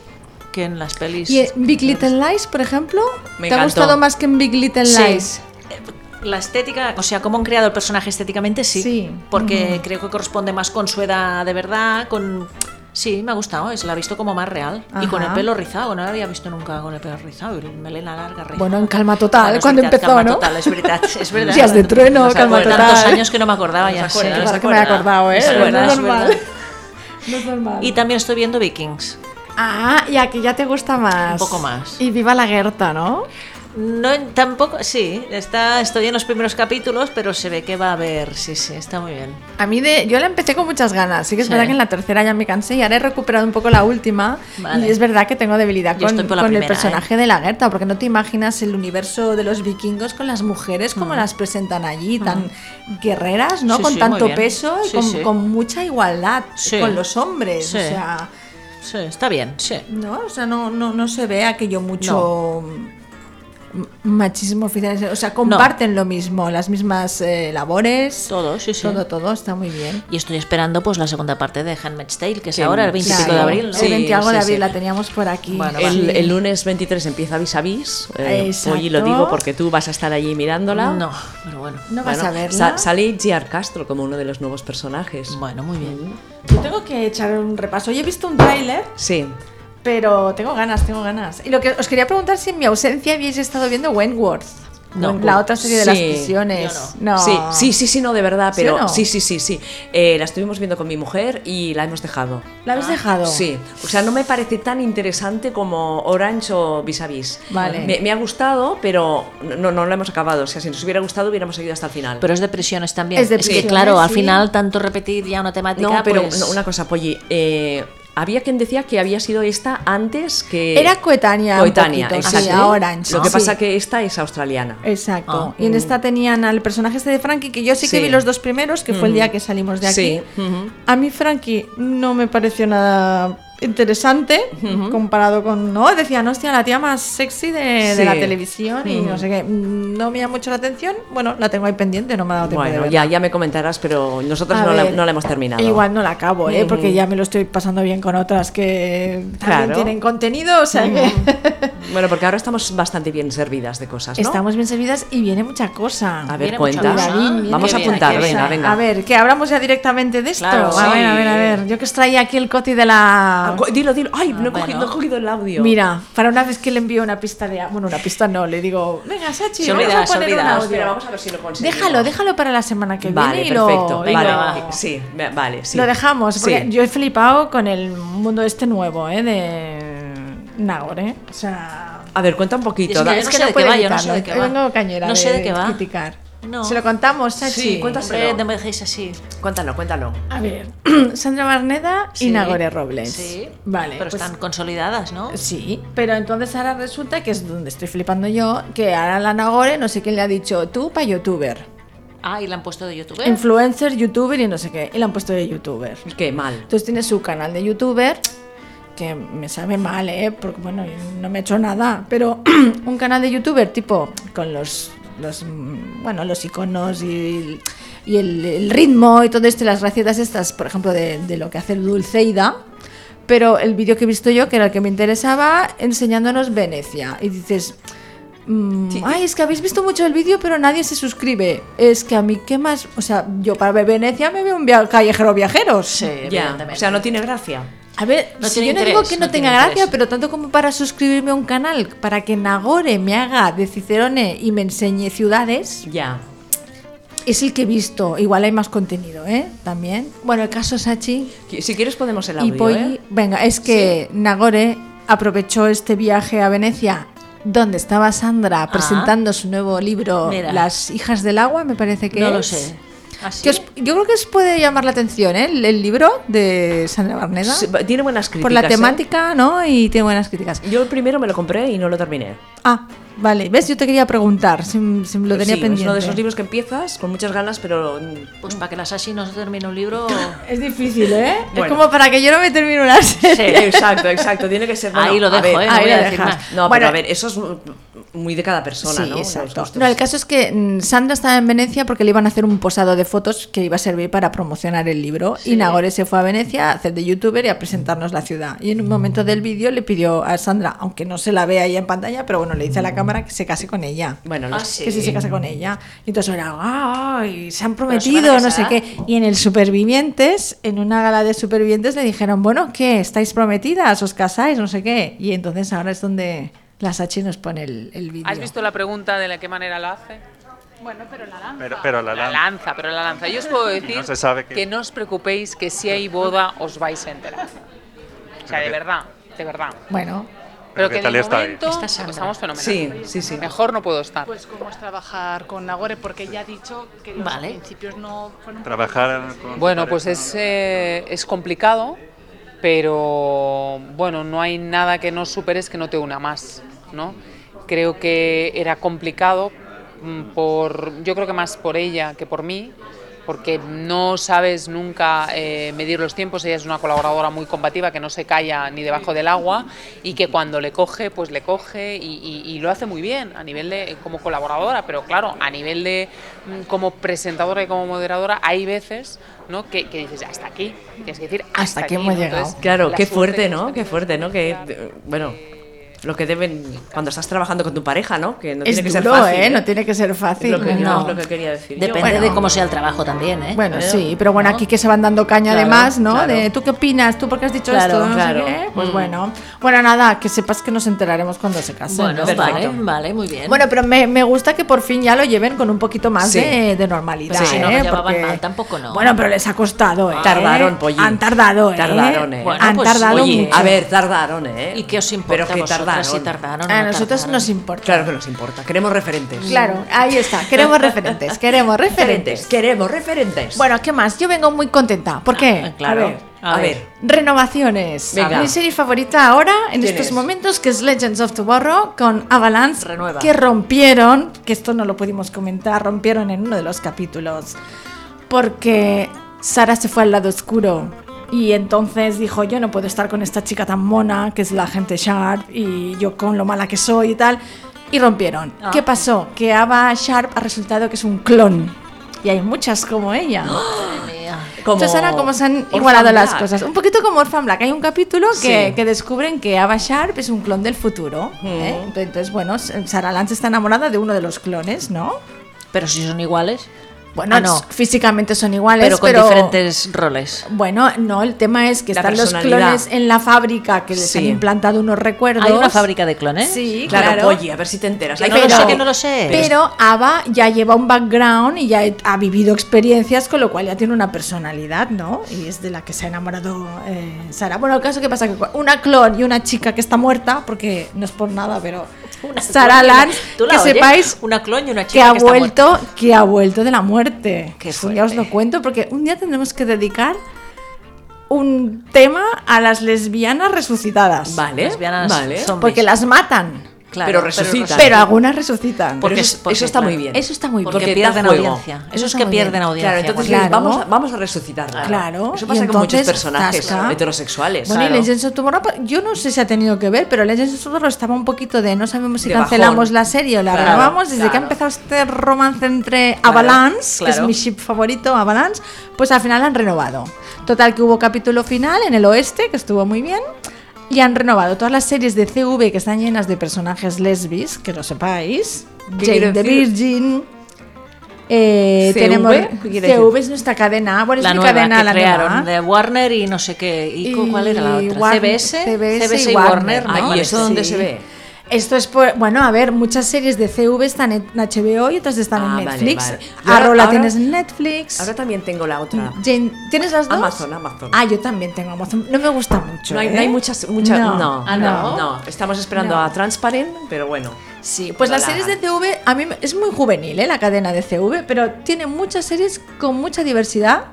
Speaker 2: que en las pelis.
Speaker 7: y eh, Big Little Lies, por ejemplo,
Speaker 1: Me
Speaker 7: ¿te ha
Speaker 1: encantó.
Speaker 7: gustado más que en Big Little
Speaker 2: Sí.
Speaker 7: Lies?
Speaker 2: Eh, La estética, o sea, cómo han creado el personaje estéticamente, sí.
Speaker 7: Sí.
Speaker 2: Porque creo que corresponde más con su edad de verdad, con... Sí, me ha gustado, es, la he visto como más real. Y con el
Speaker 7: Ajá.
Speaker 2: pelo rizado, no la había visto nunca con el pelo rizado, y melena larga, rizada.
Speaker 7: Bueno, en Calma Total,
Speaker 2: Bueno, es
Speaker 7: cuando
Speaker 2: verdad,
Speaker 7: empezó,
Speaker 2: Calma
Speaker 7: ¿no?
Speaker 2: Total, es verdad,
Speaker 7: [laughs]
Speaker 2: es verdad.
Speaker 7: Días de trueno,
Speaker 2: No se
Speaker 7: Calma
Speaker 2: acuerda.
Speaker 7: Total.
Speaker 2: Tantos años que no me acordaba
Speaker 1: No se
Speaker 2: ya.
Speaker 1: acuerda,
Speaker 2: sí.
Speaker 1: no se
Speaker 7: Claro que me he
Speaker 1: acuerda.
Speaker 7: acordado, ¿eh?
Speaker 2: Es verdad,
Speaker 7: no
Speaker 2: es
Speaker 7: es normal.
Speaker 2: verdad.
Speaker 7: No es normal.
Speaker 2: Y también estoy viendo Vikings.
Speaker 7: Ah, y aquí ya te gusta más.
Speaker 2: Un poco más.
Speaker 7: Y viva la Gerta, ¿no?
Speaker 2: No, en- tampoco, sí, está, estoy en los primeros capítulos, pero se ve que va a haber, sí, sí, está muy bien.
Speaker 7: A mí de, yo la empecé con muchas ganas. Sí que es
Speaker 2: Sí.
Speaker 7: verdad que en la tercera ya me cansé y ahora he recuperado un poco la última.
Speaker 2: Vale.
Speaker 7: Y es verdad que tengo debilidad
Speaker 2: Yo
Speaker 7: con,
Speaker 2: estoy por la
Speaker 7: con el
Speaker 2: primera, ¿eh?
Speaker 7: personaje de la Gerta, porque no te imaginas el universo de los vikingos con las mujeres como las presentan allí, tan guerreras, ¿no?
Speaker 2: Mm. Sí,
Speaker 7: con
Speaker 2: sí, muy
Speaker 7: tanto
Speaker 2: bien.
Speaker 7: peso y
Speaker 2: Sí,
Speaker 7: con,
Speaker 2: sí.
Speaker 7: con mucha igualdad
Speaker 2: Sí.
Speaker 7: con los hombres.
Speaker 2: Sí.
Speaker 7: O sea,
Speaker 2: Sí, está bien, sí.
Speaker 7: ¿no? O sea, no, no, no se ve aquello mucho m- machismo oficial. O sea, comparten lo mismo, las mismas eh, labores.
Speaker 2: Todo, sí, sí.
Speaker 7: Todo, todo está muy bien.
Speaker 2: Y estoy esperando pues la segunda parte de Handmaid's Tale, que es
Speaker 1: Que-
Speaker 2: ahora el 25
Speaker 1: Claro,
Speaker 2: de abril, ¿no?
Speaker 1: sí,
Speaker 7: El 20 de
Speaker 1: sí,
Speaker 7: abril
Speaker 1: sí.
Speaker 7: la teníamos por aquí.
Speaker 2: Bueno, va.
Speaker 1: El, el lunes 23 empieza vis a vis. Eh,
Speaker 7: Exacto.
Speaker 1: Oye, lo digo porque tú vas a estar allí mirándola.
Speaker 2: No, pero bueno.
Speaker 7: No vas
Speaker 1: Bueno,
Speaker 7: a verla.
Speaker 1: sa- sale G.R. Castro como uno de los nuevos personajes.
Speaker 2: Bueno, muy bien.
Speaker 7: Yo tengo que echar un repaso. Yo he visto un tráiler,
Speaker 1: Sí.
Speaker 7: pero tengo ganas, tengo ganas. Y lo que os quería preguntar si en mi ausencia habíais estado viendo Wentworth.
Speaker 2: No.
Speaker 7: La otra serie de las
Speaker 1: Sí.
Speaker 7: prisiones.
Speaker 2: Yo
Speaker 7: No.
Speaker 1: Sí, sí, sí, sí, no, de verdad,
Speaker 7: ¿Sí o
Speaker 1: pero
Speaker 7: no?
Speaker 1: sí, sí, sí, sí. Eh, la estuvimos viendo con mi mujer y la hemos dejado.
Speaker 7: ¿La habéis dejado?
Speaker 1: Sí, o sea, no me parece tan interesante como Orange o Vis a Vis.
Speaker 7: Vale.
Speaker 1: Me, me ha gustado, pero no, no lo hemos acabado. O sea, si nos hubiera gustado, hubiéramos seguido hasta el final.
Speaker 2: Pero es de prisiones también.
Speaker 7: Es de
Speaker 2: que
Speaker 7: prisiones,
Speaker 2: claro, al
Speaker 7: sí.
Speaker 2: final tanto repetir ya una temática,
Speaker 1: no, pero
Speaker 2: pues-
Speaker 1: no, una cosa, Polly. eh, había quien decía que había sido esta antes que.
Speaker 7: Era coetánea un
Speaker 1: Coetánea,
Speaker 7: poquito, sí,
Speaker 1: exacto.
Speaker 7: a Orange,
Speaker 1: Lo que
Speaker 7: sí.
Speaker 1: pasa que esta es australiana.
Speaker 7: Exacto.
Speaker 2: Ah.
Speaker 7: y en esta tenían al personaje este de Frankie, que yo sí que
Speaker 1: Sí. Mm.
Speaker 7: vi los dos primeros, que fue el día que salimos de aquí.
Speaker 1: Sí, ujú.
Speaker 7: A mí Frankie no me pareció nada interesante comparado con... No, decía, no, hostia, la tía más sexy de, de
Speaker 1: Sí.
Speaker 7: la televisión y no sé qué. Mm, No me llama mucho la atención. Bueno, la tengo ahí pendiente, no me ha dado tiempo de
Speaker 1: Bueno,
Speaker 7: verla.
Speaker 1: ya, ya me comentarás, pero nosotros
Speaker 7: A
Speaker 1: no la,
Speaker 7: ver,
Speaker 1: no la hemos terminado. Mm.
Speaker 7: Igual no la acabo, ¿eh? porque ya me lo estoy pasando bien con otras que también
Speaker 1: Claro. Mm.
Speaker 7: tienen contenido, o sea que
Speaker 1: Bueno, porque ahora estamos bastante bien servidas de cosas, ¿no?
Speaker 7: estamos bien servidas y viene mucha cosa.
Speaker 1: A
Speaker 2: Viene
Speaker 1: ver, cuenta.
Speaker 2: mucha cosa.
Speaker 7: Cuidadín,
Speaker 1: Vamos a
Speaker 2: viene,
Speaker 1: apuntar,
Speaker 2: viene.
Speaker 1: venga, venga.
Speaker 7: A ver, que hablamos ya directamente de esto.
Speaker 2: Claro,
Speaker 7: a
Speaker 2: sí.
Speaker 7: ver, a ver, a ver. Yo que os traía aquí el coti de la.
Speaker 1: Ah, cu- Dilo, dilo. Ay, no he,
Speaker 2: Ah,
Speaker 1: cogido,
Speaker 2: bueno.
Speaker 1: no he cogido el audio.
Speaker 7: Mira, para una vez que le envío una pista de. Bueno, una pista no, le digo, venga, Sachi,
Speaker 2: Se
Speaker 7: vamos
Speaker 2: olvida,
Speaker 7: a
Speaker 2: se
Speaker 7: poner un
Speaker 2: olvida.
Speaker 7: audio.
Speaker 1: Espera, vamos a ver si lo conseguimos.
Speaker 7: Déjalo, déjalo para la semana que
Speaker 1: Vale,
Speaker 7: viene y lo-
Speaker 1: perfecto.
Speaker 7: y
Speaker 1: vale,
Speaker 7: lo-
Speaker 1: sí, ve- vale, sí.
Speaker 7: Lo dejamos, porque
Speaker 1: Sí.
Speaker 7: yo he flipado con el mundo este nuevo, ¿eh? De Nagor, ¿eh? O sea.
Speaker 1: A ver, cuenta un
Speaker 2: Es
Speaker 1: poquito.
Speaker 2: que
Speaker 1: da-
Speaker 2: es que no- sé de
Speaker 7: puedo
Speaker 2: qué va, yo no
Speaker 7: evitarlo,
Speaker 2: sé de qué va.
Speaker 7: Vengo cañera
Speaker 2: No sé de qué va.
Speaker 7: criticar.
Speaker 2: No.
Speaker 7: Se lo contamos, Sachi.
Speaker 1: Sí, cuéntaselo.
Speaker 2: Hombre, no me dejéis así.
Speaker 1: Cuéntalo, cuéntalo.
Speaker 7: A ver, [clears throat] Sandra Barneda y
Speaker 2: Sí.
Speaker 7: Nagore Robles.
Speaker 2: Sí.
Speaker 7: Vale.
Speaker 2: Pero
Speaker 7: pues-
Speaker 2: están consolidadas, ¿no?
Speaker 7: Sí, pero entonces ahora resulta que es donde estoy flipando yo, que ahora la Nagore no sé quién le ha dicho tú para youtuber.
Speaker 2: Ah, y la han puesto de YouTube.
Speaker 7: Influencer, youtuber y no sé qué. Y la han puesto de youtuber.
Speaker 1: Qué mal.
Speaker 7: Entonces tiene su canal de youtuber, que me sabe mal, ¿eh? Porque bueno, yo no me he hecho nada, pero [clears throat] un canal de youtuber tipo con los, los mm, bueno, los iconos y, y el, el ritmo y todo esto, y las recetas estas, por ejemplo, de, de lo que hace Dulceida. Pero el vídeo que he visto yo, que era el que me interesaba, enseñándonos Venecia. Y dices, Mm, Ay, es que habéis visto mucho el vídeo, pero nadie se suscribe. Es que a mí, ¿qué más? O sea, yo para ver Venecia me veo un via- callejero viajeros.
Speaker 2: Eh,
Speaker 1: Ya, o sea, no tiene gracia.
Speaker 7: A ver,
Speaker 2: No
Speaker 7: si yo
Speaker 2: tiene
Speaker 7: no digo
Speaker 2: interés,
Speaker 7: que no,
Speaker 2: no tiene
Speaker 7: tenga gracia,
Speaker 2: interés.
Speaker 7: pero tanto como para suscribirme a un canal, para que Nagore me haga de Cicerone y me enseñe ciudades,
Speaker 1: Ya.
Speaker 7: es el que he visto. Igual hay más contenido, ¿eh? También. Bueno, el caso Sachi
Speaker 1: Si quieres podemos el
Speaker 7: y
Speaker 1: audio,
Speaker 7: Polly.
Speaker 1: ¿eh?
Speaker 7: Venga, es que Nagore aprovechó este viaje a Venecia, donde estaba Sandra presentando su nuevo libro,
Speaker 2: Ah. Mira.
Speaker 7: Las hijas del agua, me parece que
Speaker 2: no
Speaker 7: es.
Speaker 2: lo sé. ¿Ah, ¿Así?
Speaker 7: Que os- yo creo que os puede llamar la atención ¿eh? el, el libro de Sandra Barneda.
Speaker 1: Sí, va- Tiene buenas críticas.
Speaker 7: por la
Speaker 1: ¿eh?
Speaker 7: temática, ¿no? Y tiene buenas críticas.
Speaker 1: Yo el primero me lo compré y no lo terminé.
Speaker 7: Ah, Vale, ¿ves? Yo te quería preguntar, si, si me lo tenía
Speaker 1: Pues Sí,
Speaker 7: pendiente.
Speaker 1: Es uno de esos libros que empiezas con muchas ganas, pero mm,
Speaker 2: Pues para que la Sashi no se termine un libro.
Speaker 7: Es difícil, ¿eh? Es
Speaker 1: Bueno.
Speaker 7: como para que yo no me termine una
Speaker 1: Sí, [laughs]
Speaker 7: serie.
Speaker 1: exacto, exacto. Tiene que ser.
Speaker 2: Ahí
Speaker 1: bueno,
Speaker 2: lo
Speaker 1: a
Speaker 2: dejo,
Speaker 1: ver,
Speaker 2: ¿eh? No
Speaker 7: ahí
Speaker 2: voy a
Speaker 7: lo
Speaker 2: decir
Speaker 7: dejas.
Speaker 2: más.
Speaker 1: No,
Speaker 7: Bueno.
Speaker 1: pero a ver, eso es mm, muy de cada persona,
Speaker 7: sí,
Speaker 1: ¿no? Los
Speaker 7: exacto.
Speaker 1: gustos.
Speaker 7: No, el caso es que mm, Sandra estaba en Venecia porque le iban a hacer un posado de fotos que iba a servir para promocionar el libro. Y Nagore se fue a Venecia a hacer de youtuber y a presentarnos la ciudad. Y en un momento del vídeo le pidió a Sandra, aunque no se la vea ella en pantalla, pero bueno, le dice a la cámara que se case con ella.
Speaker 2: Ah,
Speaker 1: Bueno, los-
Speaker 7: Que si se casa con ella. Y entonces era, ¡ay! Se han
Speaker 2: van a
Speaker 7: prometido, no sé
Speaker 2: casar?
Speaker 7: qué. Y en el Supervivientes, en una gala de Supervivientes, le dijeron, bueno, ¿qué? ¿Estáis prometidas? ¿Os casáis? No sé qué. Y entonces ahora es donde las H nos pone el, el vídeo.
Speaker 8: ¿Has visto la pregunta de la qué manera la hace?
Speaker 9: Pero, pero la,
Speaker 8: La
Speaker 9: lan-
Speaker 8: lanza, pero la lanza. Yo os puedo decir
Speaker 9: no se sabe qué-
Speaker 8: que no os preocupéis que si hay boda os vais a enterar. O sea, de
Speaker 9: que-
Speaker 8: verdad, de verdad.
Speaker 7: Bueno,
Speaker 8: Pero
Speaker 9: que
Speaker 8: que
Speaker 9: Talia
Speaker 8: de
Speaker 9: está ahí.
Speaker 8: momento pues
Speaker 2: Está Sandra.
Speaker 8: estamos fenomenal.
Speaker 1: Sí, sí, sí.
Speaker 8: Mejor no puedo estar.
Speaker 10: Pues cómo es trabajar con Nagore, porque ya ha dicho que los
Speaker 2: Vale.
Speaker 10: principios no fueron...
Speaker 9: trabajar con
Speaker 8: Bueno,
Speaker 9: su
Speaker 8: pues
Speaker 9: pareja,
Speaker 8: es, eh, es complicado, pero bueno, no hay nada que no superes que no te una más, ¿no? Creo que era complicado mm, por, yo creo que más por ella que por mí, porque no sabes nunca eh, medir los tiempos. Ella es una colaboradora muy combativa que no se calla ni debajo del agua y que cuando le coge, pues le coge y, y- y lo hace muy bien a nivel de eh, como colaboradora, pero claro, a nivel de mm, como presentadora y como moderadora, hay veces ¿no? que, que dices hasta aquí, tienes que decir hasta,
Speaker 7: Hasta aquí
Speaker 8: aquí,
Speaker 7: hemos
Speaker 8: ¿no?
Speaker 7: llegado.
Speaker 8: Entonces,
Speaker 1: Claro,
Speaker 8: la
Speaker 1: qué
Speaker 8: suerte
Speaker 1: fuerte,
Speaker 8: que hemos
Speaker 1: ¿no? Qué
Speaker 8: tenido
Speaker 1: fuerte, ¿no? Que,
Speaker 8: ella.
Speaker 1: eh, bueno, lo que deben. Cuando estás trabajando con tu pareja, ¿no? Que no
Speaker 7: es
Speaker 1: tiene que
Speaker 7: duro,
Speaker 1: ser fácil.
Speaker 7: ¿eh? No tiene que ser
Speaker 1: Es
Speaker 7: fácil.
Speaker 1: lo que, yo-
Speaker 2: no.
Speaker 1: es lo que quería decir. yo.
Speaker 2: Depende de cómo sea el trabajo también, ¿eh?
Speaker 7: Bueno, sí, pero bueno, aquí que se van dando caña
Speaker 2: Claro,
Speaker 7: además, ¿no?
Speaker 1: claro.
Speaker 7: De tú qué opinas, tú por qué has dicho
Speaker 1: Claro,
Speaker 7: esto, no sé
Speaker 1: claro. Mm.
Speaker 7: qué? Pues bueno. Bueno, nada, que sepas que nos enteraremos cuando se casen.
Speaker 2: Bueno,
Speaker 7: ¿no?
Speaker 2: vale, vale, muy bien.
Speaker 7: Bueno, pero me, me gusta que por fin ya lo lleven con un poquito más
Speaker 1: Sí.
Speaker 7: de, de normalidad.
Speaker 2: Pero si no lo
Speaker 7: ¿eh?
Speaker 2: llevaban
Speaker 7: Porque-
Speaker 2: mal, tampoco no.
Speaker 7: Bueno, pero les ha costado, ¿eh?
Speaker 1: Tardaron, pollín.
Speaker 7: Han tardado, ¿eh?
Speaker 1: Tardaron, ¿eh?
Speaker 2: Bueno,
Speaker 7: Han
Speaker 2: pues,
Speaker 7: tardado
Speaker 2: oye,
Speaker 7: mucho.
Speaker 1: A ver, tardaron, ¿eh?
Speaker 2: ¿y qué os importa
Speaker 1: Pero que
Speaker 2: vosotras
Speaker 1: tardaron.
Speaker 2: si tardaron? o
Speaker 7: a
Speaker 2: no
Speaker 7: nosotros
Speaker 2: tardaron?
Speaker 7: nos importa.
Speaker 1: Claro que nos importa. Queremos referentes.
Speaker 7: Claro, ahí está. Queremos referentes, queremos referentes.
Speaker 1: Referentes. Queremos referentes.
Speaker 7: Bueno, ¿qué más? Yo vengo muy contenta. ¿Por qué?
Speaker 2: Ah, claro.
Speaker 7: A ver,
Speaker 1: a ver.
Speaker 7: Renovaciones.
Speaker 1: Venga.
Speaker 7: Mi serie favorita ahora, en
Speaker 1: ¿Quién
Speaker 7: estos
Speaker 1: es?
Speaker 7: momentos, que es Legends of Tomorrow con Avalanche,
Speaker 2: Renueva.
Speaker 7: que rompieron, que esto no lo pudimos comentar, rompieron en uno de los capítulos, porque Sara se fue al lado oscuro. Y entonces dijo, yo no puedo estar con esta chica tan mona, que es la gente Sharp, y yo con lo mala que soy y tal. Y rompieron.
Speaker 1: Ah.
Speaker 7: ¿Qué pasó? Que Ava Sharp ha resultado que es un clon. Y hay muchas como ella.
Speaker 1: ¡Ah!
Speaker 7: Entonces ahora como se han
Speaker 1: Orphan
Speaker 7: igualado las
Speaker 1: Black.
Speaker 7: cosas. Un poquito como Orphan Black. Hay un capítulo que,
Speaker 1: Sí.
Speaker 7: que descubren que Ava Sharp es un clon del futuro. ¿eh? Entonces, bueno, S- Sarah Lance está enamorada de uno de los clones, ¿no?
Speaker 2: Pero si son iguales.
Speaker 7: Bueno,
Speaker 2: Ah, no. Pues,
Speaker 7: s- físicamente son iguales,
Speaker 2: Pero
Speaker 7: pero...
Speaker 2: con diferentes roles.
Speaker 7: Bueno, no, el tema es que
Speaker 1: La
Speaker 7: están los
Speaker 1: personalidad.
Speaker 7: clones en la fábrica que les
Speaker 1: Sí.
Speaker 7: han implantado unos recuerdos.
Speaker 2: ¿Hay una fábrica ¿eh? de clones?
Speaker 7: Sí,
Speaker 1: Claro,
Speaker 7: claro.
Speaker 1: oye, a ver si te enteras.
Speaker 2: Que
Speaker 1: Hay
Speaker 2: no lo
Speaker 1: pero-
Speaker 2: sé, que no lo sé.
Speaker 7: Pero Ava ya lleva un background y ya he- ha vivido experiencias, con lo cual ya tiene una personalidad, ¿no? Y es de la que se ha enamorado eh, Sara. Bueno, el caso que pasa que cu- una clon y una chica que está muerta, porque no es por nada,
Speaker 2: [laughs]
Speaker 7: pero Sara
Speaker 2: Tú la-
Speaker 7: Lance,
Speaker 2: tú la
Speaker 7: que
Speaker 2: oyes,
Speaker 7: sepáis
Speaker 2: Una clon y una chica
Speaker 7: que ha
Speaker 2: que está muerta.
Speaker 7: vuelto, que ha vuelto de la muerte.
Speaker 2: Qué
Speaker 7: Eso ya os lo
Speaker 2: fuerte.
Speaker 7: cuento, porque un día tendremos que dedicar un tema a las lesbianas resucitadas.
Speaker 1: Vale,
Speaker 2: Lesbianas
Speaker 1: vale.
Speaker 2: zombies.
Speaker 7: Porque las matan.
Speaker 2: Claro,
Speaker 1: pero resucitan.
Speaker 7: Pero algunas resucitan.
Speaker 1: Porque eso- eso está muy bien.
Speaker 2: Eso está muy bien.
Speaker 1: Porque
Speaker 2: Porque
Speaker 1: da
Speaker 2: pierden
Speaker 1: juego.
Speaker 2: audiencia. Eso es
Speaker 7: está
Speaker 2: que
Speaker 7: muy bien.
Speaker 2: pierden audiencia.
Speaker 1: Claro, entonces
Speaker 2: cuando-
Speaker 7: Claro.
Speaker 1: dices, Vamos, a, vamos a resucitarla.
Speaker 7: Claro.
Speaker 1: Eso
Speaker 7: y
Speaker 1: pasa con muchos
Speaker 7: entonces,
Speaker 1: personajes
Speaker 7: tasca.
Speaker 1: heterosexuales.
Speaker 7: Bueno,
Speaker 2: Claro.
Speaker 7: y Legends of Tomorrow, pues, yo no sé si ha tenido que ver, pero Legends of Tomorrow estaba un poquito de no sabemos si
Speaker 1: De
Speaker 7: cancelamos
Speaker 1: bajón.
Speaker 7: la serie o la
Speaker 1: Claro,
Speaker 7: grabamos. Desde que ha
Speaker 1: claro.
Speaker 7: empezado este romance entre Avalanche, que
Speaker 2: claro.
Speaker 7: es mi ship favorito, Avalanche, pues al final la han renovado. Total, que hubo capítulo final en el oeste, que estuvo muy bien. Y han renovado todas las series de CV que están llenas de personajes lesbis, que lo sepáis.
Speaker 1: ¿Qué
Speaker 7: Jane
Speaker 1: quiere
Speaker 7: the
Speaker 1: decir?
Speaker 7: Virgin. eh,
Speaker 1: ¿CV?
Speaker 7: tenemos
Speaker 1: ¿Qué quiere decir?
Speaker 7: CV es nuestra cadena, bueno,
Speaker 2: la
Speaker 7: es mi
Speaker 2: nueva
Speaker 7: cadena
Speaker 2: que
Speaker 7: la nueva.
Speaker 2: crearon de Warner y no sé qué y, cu- cuál era la
Speaker 7: Y
Speaker 2: otra
Speaker 7: Warn-
Speaker 2: CBS
Speaker 7: CBS
Speaker 2: y Warner,
Speaker 1: Ahí,
Speaker 2: ¿no?
Speaker 1: ¿y Ah,
Speaker 2: Parece.
Speaker 1: eso dónde
Speaker 7: sí.
Speaker 1: se ve?
Speaker 7: Esto es por, bueno, a ver, muchas series de CV están en HBO y otras están
Speaker 1: Ah,
Speaker 7: en
Speaker 1: vale,
Speaker 7: Netflix.
Speaker 1: vale. Yo
Speaker 7: Arrow
Speaker 1: ahora-
Speaker 7: la
Speaker 1: ahora-
Speaker 7: tienes en Netflix.
Speaker 1: Ahora también tengo la otra.
Speaker 7: Jane- ¿Tienes las dos?
Speaker 1: Amazon, Amazon.
Speaker 7: Ah, yo también tengo Amazon. No me gusta mucho.
Speaker 1: No hay,
Speaker 7: ¿eh?
Speaker 1: no hay muchas, muchas
Speaker 7: No.
Speaker 1: no.
Speaker 2: Ah, no.
Speaker 1: no, no. Estamos esperando
Speaker 7: No.
Speaker 1: a Transparent, pero bueno.
Speaker 7: Sí, pues las series de CV, a mí me- es muy juvenil, ¿eh? La cadena de CV, pero tiene muchas series con mucha diversidad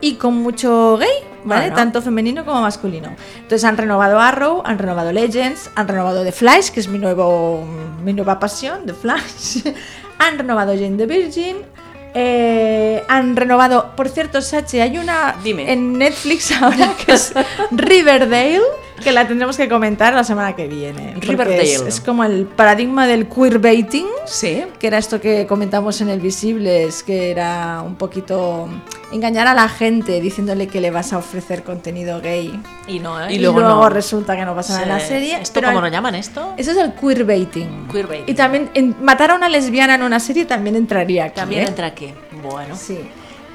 Speaker 7: y con mucho gay. ¿vale?
Speaker 2: Bueno.
Speaker 7: Tanto femenino como masculino. Entonces han renovado Arrow, han renovado Legends, han renovado The Flash, que es mi, nuevo, mi nueva pasión, The Flash. [laughs] han renovado Jane the Virgin. eh, han renovado, por cierto, Sachi, hay una en Netflix [laughs] ahora que es Riverdale, que la tendremos que comentar la semana que viene. porque
Speaker 1: Riverdale.
Speaker 7: Es, es como el paradigma del queerbaiting, sí. que era esto que comentamos en el Visibles, que era un poquito engañar a la gente diciéndole que le vas a ofrecer contenido gay.
Speaker 2: Y, no, ¿eh?
Speaker 7: Y luego, resulta que no pasa nada en la
Speaker 2: Sí.
Speaker 7: serie.
Speaker 2: ¿Esto
Speaker 7: pero
Speaker 2: cómo
Speaker 7: en-
Speaker 2: lo llaman esto?
Speaker 7: Eso es el queerbaiting.
Speaker 2: Queerbaiting.
Speaker 7: Y también en- matar a una lesbiana en una serie también entraría aquí.
Speaker 2: También
Speaker 7: ¿eh?
Speaker 2: entra aquí. Bueno.
Speaker 7: Sí.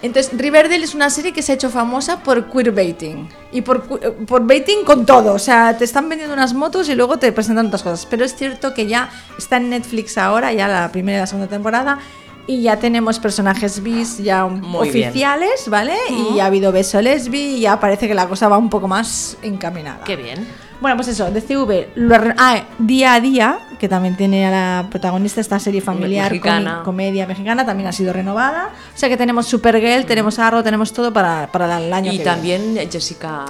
Speaker 7: Entonces, Riverdale es una serie que se ha hecho famosa por queerbaiting. Y por, que- por baiting con todo. O sea, te están vendiendo unas motos y luego te presentan otras cosas. Pero es cierto que ya está en Netflix ahora, ya la primera y la segunda temporada. Y ya tenemos personajes bis ya un-
Speaker 1: Muy bien.
Speaker 7: oficiales, ¿vale? Y ya ha habido beso lesbi y ya parece que la cosa va un poco más encaminada.
Speaker 2: Qué bien.
Speaker 7: Bueno, pues eso, DCV. lo arre- ah, día a día, que también tiene a la protagonista esta serie familiar,
Speaker 1: Mexicana.
Speaker 7: comi- comedia mexicana, también ha sido renovada. O sea que tenemos Supergirl, tenemos Arrow, tenemos todo para, para el año
Speaker 1: Y
Speaker 7: que
Speaker 1: también Jessica.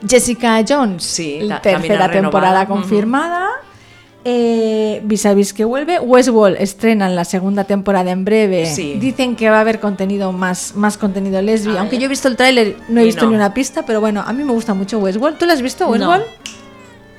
Speaker 7: viene. Jessica Jones,
Speaker 1: ta- también ha
Speaker 7: tercera
Speaker 1: renovado.
Speaker 7: temporada
Speaker 1: Ujú.
Speaker 7: confirmada. Eh, vis a vis que vuelve. Westworld estrenan la segunda temporada en breve.
Speaker 1: Sí.
Speaker 7: Dicen que va a haber contenido más, más contenido lesbi.
Speaker 1: Ah,
Speaker 7: Aunque
Speaker 1: ya.
Speaker 7: yo he visto el tráiler, no he
Speaker 1: Y
Speaker 7: visto
Speaker 1: no.
Speaker 7: ni una pista, pero bueno, a mí me gusta mucho Westworld. ¿Tú la has visto,
Speaker 2: No.
Speaker 7: Westworld?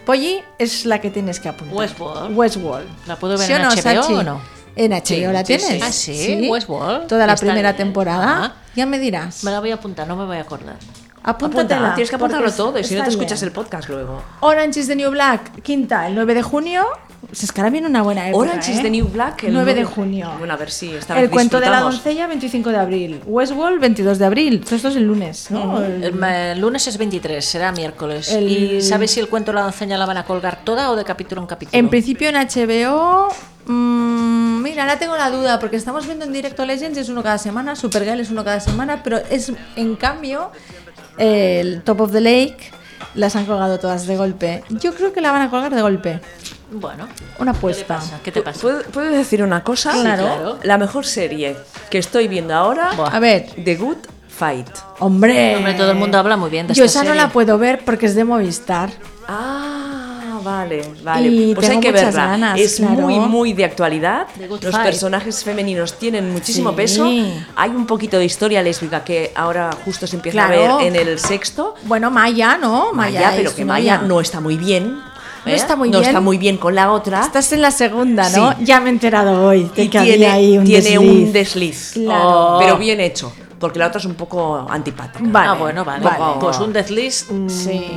Speaker 7: Polly es la que tienes que apuntar.
Speaker 2: Westworld.
Speaker 7: Westworld.
Speaker 2: ¿La puedo ver
Speaker 7: ¿Sí
Speaker 2: en
Speaker 7: o no,
Speaker 2: HBO
Speaker 7: Sachi?
Speaker 2: o no?
Speaker 7: En HBO la
Speaker 2: sí,
Speaker 7: tienes.
Speaker 2: sí. Ah, sí, Westworld.
Speaker 7: Toda la
Speaker 2: Está
Speaker 7: primera
Speaker 2: bien.
Speaker 7: temporada.
Speaker 2: Ajá.
Speaker 7: Ya me dirás.
Speaker 2: Me la voy a apuntar, no me voy a acordar.
Speaker 7: Apúntatela.
Speaker 1: Apunta, tienes que
Speaker 7: porque
Speaker 1: apuntarlo
Speaker 7: es-
Speaker 1: todo y si no te
Speaker 7: está bien. Pues
Speaker 1: escuchas el podcast luego.
Speaker 7: Orange is the New Black, quinta, el 9 de junio. Se escara bien una buena época.
Speaker 1: Orange is
Speaker 7: ¿eh?
Speaker 1: the New Black. El
Speaker 7: 9 de junio.
Speaker 1: Bueno, a ver si esta
Speaker 7: El
Speaker 1: vez
Speaker 7: cuento de la
Speaker 1: disfrutamos.
Speaker 7: doncella, 25 de abril. Westworld, 22 de abril. Todo esto es el lunes, ¿no?
Speaker 2: El,
Speaker 7: El-
Speaker 2: eh, lunes es 23, será miércoles.
Speaker 7: El-
Speaker 2: ¿Y sabes si el cuento de la doncella la van a colgar toda o de capítulo en capítulo?
Speaker 7: En principio en HBO. mm, mira, ahora tengo la duda porque estamos viendo en directo Legends, es uno cada semana, Supergirl es uno cada semana, pero es en cambio el Top of the Lake las han colgado todas de golpe. Yo creo que la van a colgar de golpe.
Speaker 2: Bueno,
Speaker 7: Una apuesta.
Speaker 2: ¿qué te pasa?
Speaker 1: ¿Puedo, puedo decir una cosa?
Speaker 7: Sí, Claro. claro.
Speaker 1: La mejor serie que estoy viendo ahora,
Speaker 2: Buah.
Speaker 7: A ver,
Speaker 1: The Good Fight.
Speaker 7: hombre.
Speaker 2: Hombre, todo el mundo habla muy bien de
Speaker 7: Yo esa
Speaker 2: esta
Speaker 7: no
Speaker 2: serie.
Speaker 7: la puedo ver porque es de Movistar.
Speaker 1: Ah, vale, vale.
Speaker 7: Y
Speaker 1: pues hay
Speaker 7: tengo
Speaker 1: que
Speaker 7: muchas
Speaker 1: verla.
Speaker 7: ganas,
Speaker 1: es
Speaker 7: claro.
Speaker 1: muy, muy de actualidad.
Speaker 2: The Good
Speaker 1: Los
Speaker 2: Fight.
Speaker 1: personajes femeninos tienen muchísimo
Speaker 7: Sí.
Speaker 1: peso. Hay un poquito de historia lésbica que ahora justo se empieza
Speaker 7: Claro.
Speaker 1: a ver en el sexto.
Speaker 7: Bueno, Maya, ¿no? Maya,
Speaker 1: Maya,
Speaker 7: es
Speaker 1: pero que
Speaker 7: su
Speaker 1: Maya
Speaker 7: novia.
Speaker 1: no está muy bien. ¿eh?
Speaker 7: No está muy
Speaker 1: No
Speaker 7: bien.
Speaker 1: está muy bien con la otra.
Speaker 7: Estás en la segunda, ¿no?
Speaker 1: Sí.
Speaker 7: Ya me he enterado hoy de
Speaker 1: y
Speaker 7: que
Speaker 1: tiene,
Speaker 7: había ahí un
Speaker 1: tiene
Speaker 7: desliz.
Speaker 1: un desliz.
Speaker 7: Claro.
Speaker 1: Pero bien hecho. Porque la otra es un poco antipática.
Speaker 7: Vale.
Speaker 2: Oh. Ah, bueno, vale.
Speaker 7: Vale.
Speaker 2: Pues un desliz. mm,
Speaker 7: Sí.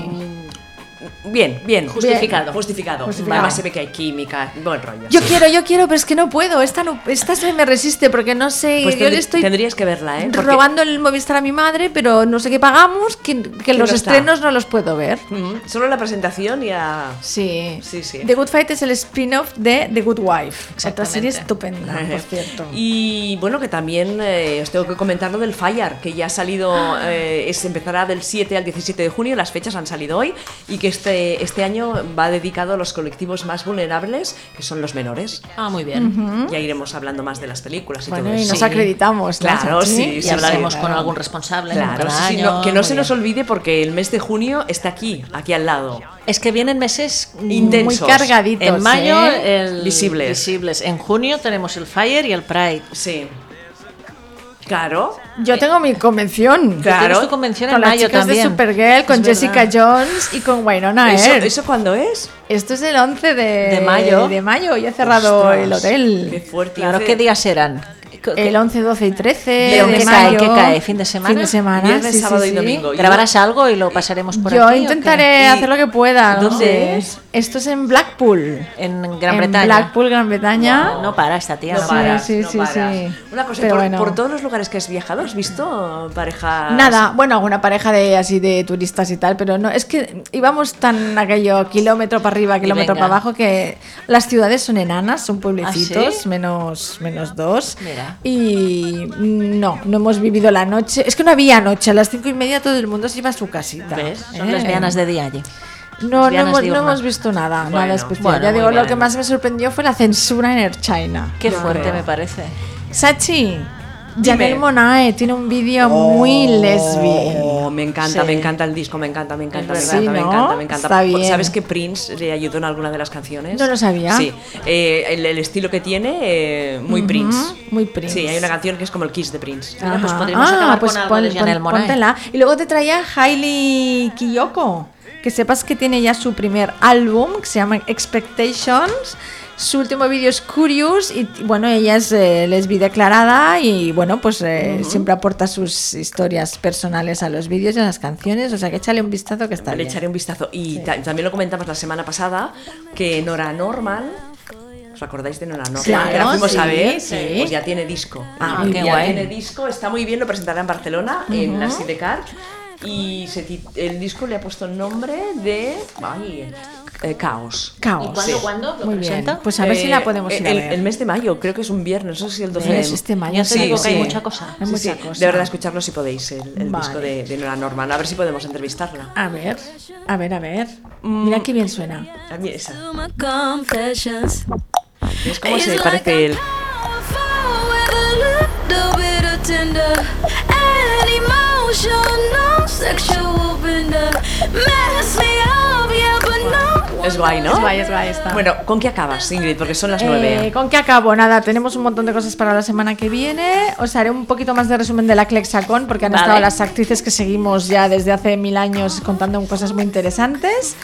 Speaker 1: Bien, bien.
Speaker 2: Justificado.
Speaker 1: Justificado.
Speaker 7: Justificado.
Speaker 1: Además se ve que hay química. Buen rollo.
Speaker 7: Yo
Speaker 1: sí.
Speaker 7: quiero, yo quiero, pero es que no puedo. Esta, no, esta se me resiste porque no sé.
Speaker 1: Pues
Speaker 7: yo
Speaker 1: tendrí-
Speaker 7: le estoy
Speaker 1: tendrías que verla, ¿eh? Porque-
Speaker 7: robando el Movistar a mi madre, pero no sé qué pagamos, que, que los
Speaker 1: no está.
Speaker 7: estrenos no los puedo ver.
Speaker 1: Ujú, Mm, Solo la presentación y a...
Speaker 7: Sí.
Speaker 1: Sí, sí.
Speaker 7: The Good Fight es el spin-off de The Good Wife. Otra
Speaker 2: Exactamente.
Speaker 7: serie estupenda, [laughs] por cierto.
Speaker 1: Y bueno, que también eh, os tengo que comentar lo del Fire, que ya ha salido, eh, es, empezará del 7 al 17 de junio, las fechas han salido hoy, y que este, este año va dedicado a los colectivos más vulnerables, que son los menores.
Speaker 2: Ah, muy bien.
Speaker 1: Ya iremos hablando más de las películas y
Speaker 7: Bueno,
Speaker 1: todo
Speaker 7: y
Speaker 1: eso.
Speaker 7: nos
Speaker 2: Sí.
Speaker 7: acreditamos. ¿no,
Speaker 1: Claro,
Speaker 7: Sachi?
Speaker 1: sí,
Speaker 2: Y
Speaker 1: sí,
Speaker 2: hablaremos
Speaker 1: sí,
Speaker 2: con
Speaker 7: claro.
Speaker 2: algún responsable.
Speaker 1: Claro,
Speaker 2: cada
Speaker 1: sí, sí,
Speaker 2: año,
Speaker 1: no- que no
Speaker 2: muy
Speaker 1: se nos
Speaker 2: bien.
Speaker 1: olvide porque el mes de junio está aquí, aquí al lado.
Speaker 2: Es que vienen meses mm,
Speaker 1: Intensos.
Speaker 7: Muy cargaditos.
Speaker 2: En mayo,
Speaker 7: ¿eh?
Speaker 2: el
Speaker 1: Visibles.
Speaker 2: visibles. En junio tenemos el Fire y el Pride.
Speaker 1: Sí. Claro.
Speaker 7: Yo tengo mi convención.
Speaker 1: Claro.
Speaker 2: eh, Tienes tu convención
Speaker 7: Con
Speaker 2: en
Speaker 7: las
Speaker 2: mayo
Speaker 7: chicas
Speaker 2: también.
Speaker 7: de Supergirl, con
Speaker 2: Es
Speaker 7: Jessica
Speaker 2: verdad.
Speaker 7: Jones y con Winona
Speaker 1: ¿Eso,
Speaker 7: Earp.
Speaker 1: ¿Eso cuándo es?
Speaker 7: Esto es el 11 de,
Speaker 2: De mayo.
Speaker 7: De mayo, y ha cerrado
Speaker 1: Ostras,
Speaker 7: el
Speaker 1: Qué
Speaker 7: hotel.
Speaker 1: fuerte.
Speaker 2: Claro,
Speaker 1: hace-
Speaker 2: ¿qué días eran?
Speaker 7: El 11, 12 y 13
Speaker 2: ¿Pero
Speaker 7: de
Speaker 2: qué cae?
Speaker 7: mayo.
Speaker 2: ¿Qué cae? ¿Fin de semana?
Speaker 7: Fin de semana.
Speaker 1: Viernes,
Speaker 7: sí, sí,
Speaker 1: sábado y
Speaker 7: sí.
Speaker 1: domingo.
Speaker 2: ¿Grabarás algo y lo pasaremos por
Speaker 7: Yo
Speaker 2: aquí, o
Speaker 7: intentaré
Speaker 1: ¿Y
Speaker 7: hacer lo que pueda. no
Speaker 1: dónde
Speaker 7: sé.
Speaker 1: es?
Speaker 7: Esto es en Blackpool.
Speaker 2: qué? En Gran
Speaker 7: En
Speaker 2: Bretaña.
Speaker 7: Blackpool, Gran Bretaña.
Speaker 2: No para esta tía,
Speaker 1: No
Speaker 2: no,
Speaker 7: Sí,
Speaker 2: para.
Speaker 1: paras,
Speaker 7: sí,
Speaker 1: no
Speaker 7: sí,
Speaker 1: paras.
Speaker 7: sí.
Speaker 1: Una cosa,
Speaker 7: Pero
Speaker 1: por,
Speaker 7: bueno.
Speaker 1: por todos los lugares que has viajado, ¿has visto parejas?
Speaker 2: Ah,
Speaker 7: Nada, bueno, alguna pareja de así de turistas y tal, pero no, es que íbamos tan aquello kilómetro para arriba, kilómetro
Speaker 2: venga.
Speaker 7: para abajo que las ciudades son enanas, son pueblecitos,
Speaker 2: ¿Ah, sí?
Speaker 7: menos menos dos.
Speaker 2: Mira.
Speaker 7: Y no, no hemos vivido la noche. Es que no había noche, a las cinco y media todo el mundo se iba a su casita.
Speaker 2: ¿Ves? Son
Speaker 7: ¿eh?
Speaker 2: lesbianas de día allí.
Speaker 7: No, no
Speaker 2: lesbianas
Speaker 7: hemos, no
Speaker 2: diurnas.
Speaker 7: hemos visto nada,
Speaker 1: Bueno,
Speaker 7: nada especial.
Speaker 2: bueno,
Speaker 7: ya
Speaker 2: muy
Speaker 7: digo, lo
Speaker 2: bien.
Speaker 7: que más me sorprendió fue la censura en Air China.
Speaker 2: Qué
Speaker 7: yo
Speaker 2: fuerte
Speaker 7: creo.
Speaker 2: me parece.
Speaker 7: Sachi, Janelle Monae tiene un vídeo muy lesbiana.
Speaker 1: Oh, me encanta,
Speaker 2: Sí.
Speaker 1: me encanta el disco, me encanta, me encanta, me
Speaker 2: verdad.
Speaker 1: encanta,
Speaker 2: Sí,
Speaker 1: me
Speaker 2: ¿no?
Speaker 1: encanta, me encanta.
Speaker 2: Está
Speaker 1: Por-
Speaker 2: bien.
Speaker 1: ¿Sabes que Prince le ayudó en alguna de las canciones?
Speaker 7: No lo sabía.
Speaker 1: Sí, Eh, el, el estilo que tiene, eh, muy
Speaker 7: Ujú,
Speaker 1: Prince.
Speaker 7: Muy Prince.
Speaker 1: Sí, hay una canción que es como el Kiss de Prince.
Speaker 2: Mira, pues
Speaker 7: Ajá. Ah,
Speaker 2: podríamos acabar con algo de Janelle Monáe.
Speaker 7: póntela. Y luego te traía Hailey Kiyoko, que sepas que tiene ya su primer álbum, que se llama Expectations. Su último vídeo es Curious y t- bueno, ella es eh, lesbi declarada y bueno, pues eh, siempre aporta sus historias personales a los vídeos y a las canciones, o sea que échale un vistazo que está
Speaker 1: Le
Speaker 7: bien.
Speaker 1: echaré un vistazo. Y ta- también lo comentamos la semana pasada, que Nora Normal... ¿Os acordáis de Nora Normal?
Speaker 7: Claro,
Speaker 1: Que la fuimos a
Speaker 7: sí,
Speaker 1: ver,
Speaker 7: sí.
Speaker 1: pues ya tiene disco.
Speaker 2: Ah,
Speaker 1: Ya
Speaker 2: qué guay.
Speaker 1: tiene disco, está muy bien, lo presentará en Barcelona, en la
Speaker 2: Ujú.
Speaker 1: Sidecar. Y se ti- el disco le ha puesto el nombre de... ay, eh, Caos.
Speaker 7: Caos. ¿Y cuándo, cuándo lo Muy bien. presenta? Pues a ver si la podemos ir a
Speaker 1: Eh, el,
Speaker 7: ver.
Speaker 1: El mes de mayo, creo que es un viernes, no sé si el 12
Speaker 7: ¿Ves?
Speaker 1: de
Speaker 7: Este mayo te digo que hay mucha cosa. Hay
Speaker 1: Sí,
Speaker 7: mucha
Speaker 1: sí.
Speaker 7: cosa.
Speaker 1: De verdad, escucharlo si podéis, el, el
Speaker 7: Vale.
Speaker 1: disco de, de Nora Norman. A ver si podemos entrevistarla.
Speaker 7: A ver, a ver, a ver. Mira qué bien suena.
Speaker 1: A mí esa.
Speaker 11: Confessions.
Speaker 1: ¿Ves cómo se parece el...?
Speaker 11: little bit of tender and emotional sexual bender. Mess me up, yeah, but no.
Speaker 1: Es guay, ¿no?
Speaker 7: Es guay, es guay, está.
Speaker 1: Bueno, ¿con qué acabas, Ingrid? Porque son las
Speaker 7: Eh,
Speaker 1: nueve.
Speaker 7: ¿Con qué acabo? Nada, tenemos un montón de cosas para la semana que viene. Os haré un poquito más de resumen de la Clexacon, porque han
Speaker 2: Vale.
Speaker 7: estado las actrices que seguimos ya desde hace mil años contando cosas muy interesantes.